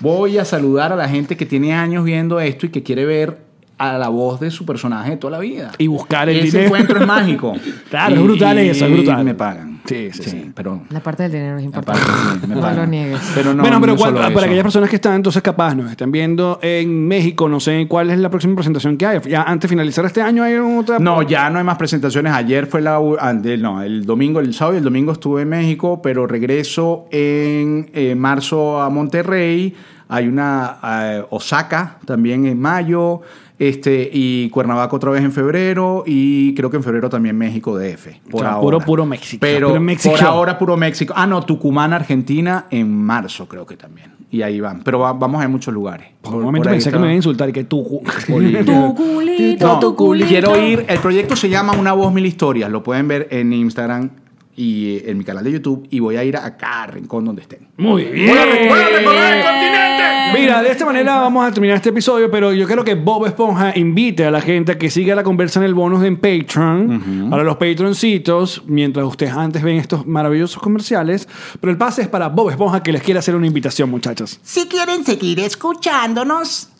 Voy a saludar a la gente que tiene años viendo esto y que quiere ver a la voz de su personaje de toda la vida. Y buscar el Ese dinero. encuentro es mágico. Claro, Y- es brutal y- eso, es brutal. y me pagan. Sí, sí, sí. Pero, La parte del dinero es me pagan, importante. sí, me no pagan. lo niegues. Pero no, bueno, pero no cuál- solo para eso. aquellas personas que están entonces capaz, nos están viendo en México, no sé cuál es la próxima presentación que hay. Ya antes de finalizar este año hay otra. No, ya no hay más presentaciones. Ayer fue la. u- ande- No, el domingo, el sábado y el domingo estuve en México, pero regreso en eh, marzo a Monterrey. Hay una eh, Osaka también en mayo. Este, y Cuernavaca otra vez en febrero. Y creo que en febrero también México DF. Por O sea, ahora. puro- puro México, Pero puro México. por ahora puro México. Ah, no, Tucumán, Argentina en marzo, creo que también. Y ahí van. Pero va- vamos a muchos lugares. Por un momento ahí pensé que está. me iba a insultar y que tú. Bolivia. Tu culito, No, tu culito. Quiero ir. El proyecto se llama Una Voz Mil Historias. Lo pueden ver en Instagram y eh, en mi canal de YouTube y voy a ir a cada rincón donde estén. Muy bien. eh, Mira, de esta manera vamos a terminar este episodio, pero yo creo que Bob Esponja invite a la gente a que siga la conversa en el bonus en Patreon, para los patroncitos, mientras ustedes antes ven estos maravillosos comerciales. Pero el pase es para Bob Esponja que les quiere hacer una invitación, muchachos. Si quieren seguir escuchándonos,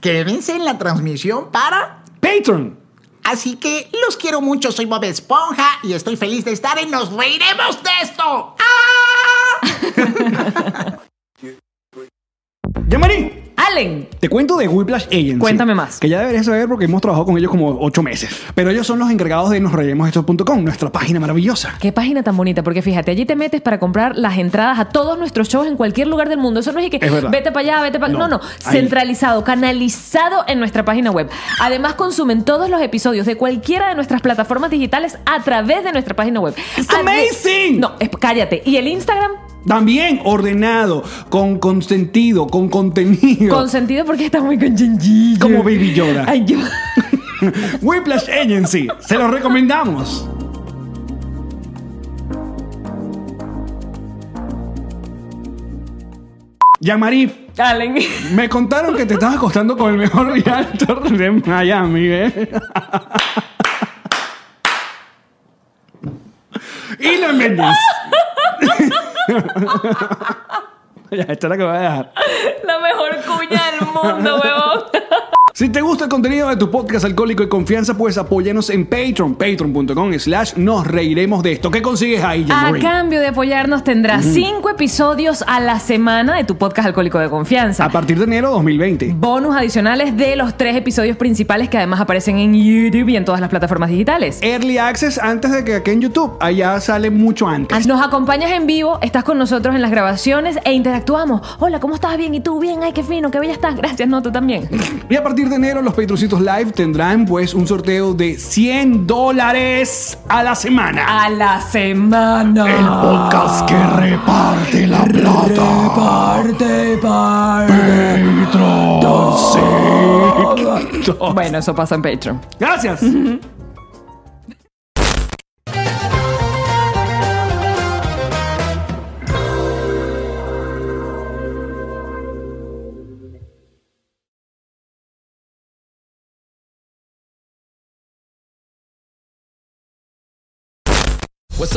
quédense en la transmisión para... Patreon. Así que los quiero mucho, soy Bob Esponja y estoy feliz de estar en Nos Reiremos de esto. ¡Ah! Yamari, Allen. te cuento de Whiplash Agency. Cuéntame más. Que ya deberías saber porque hemos trabajado con ellos como ocho meses. Pero ellos son los encargados de nosreiremosdeesto.com, nuestra página maravillosa. Qué página tan bonita, porque fíjate, allí te metes para comprar las entradas a todos nuestros shows en cualquier lugar del mundo. Eso no es que Es verdad. vete para allá, vete para No, No, no, ahí. centralizado, canalizado en nuestra página web. Además, consumen todos los episodios de cualquiera de nuestras plataformas digitales a través de nuestra página web. It's Ade- amazing. No, es- cállate. ¿Y el Instagram? También ordenado, con, con sentido, con contenido. Consentido porque está muy con chinchillo. Como Baby Yoda. Ay, yo. Whiplash Agency, se los recomendamos. Yamari, Allen. me contaron que te estabas acostando con el mejor realtor de Miami, ¿eh? Y lo Méndez. ya, esta es la que voy a dejar. La mejor cuña del mundo, huevón. Si te gusta el contenido de tu podcast Alcohólico y Confianza, pues apóyanos en Patreon, patreon.com slash nos reiremos de esto. ¿Qué consigues ahí, A Jean-Marie? cambio de apoyarnos, tendrás cinco episodios a la semana de tu podcast Alcohólico de Confianza. A partir de enero 2020. Bonus adicionales de los tres episodios principales que además aparecen en YouTube y en todas las plataformas digitales. Early Access antes de que aquí en YouTube. Allá sale mucho antes. Ah, Nos acompañas en vivo, estás con nosotros en las grabaciones e interactuamos. Hola, ¿cómo estás? Bien, ¿y tú? Bien, ay, qué fino, qué bella estás. Gracias, no, tú también. Y a partir de enero los Patroncitos Live tendrán pues un sorteo de 100 dólares a la semana. A la semana. El podcast que reparte la plata. Reparte Patreon. Bueno, eso pasa en Patreon. Gracias. What's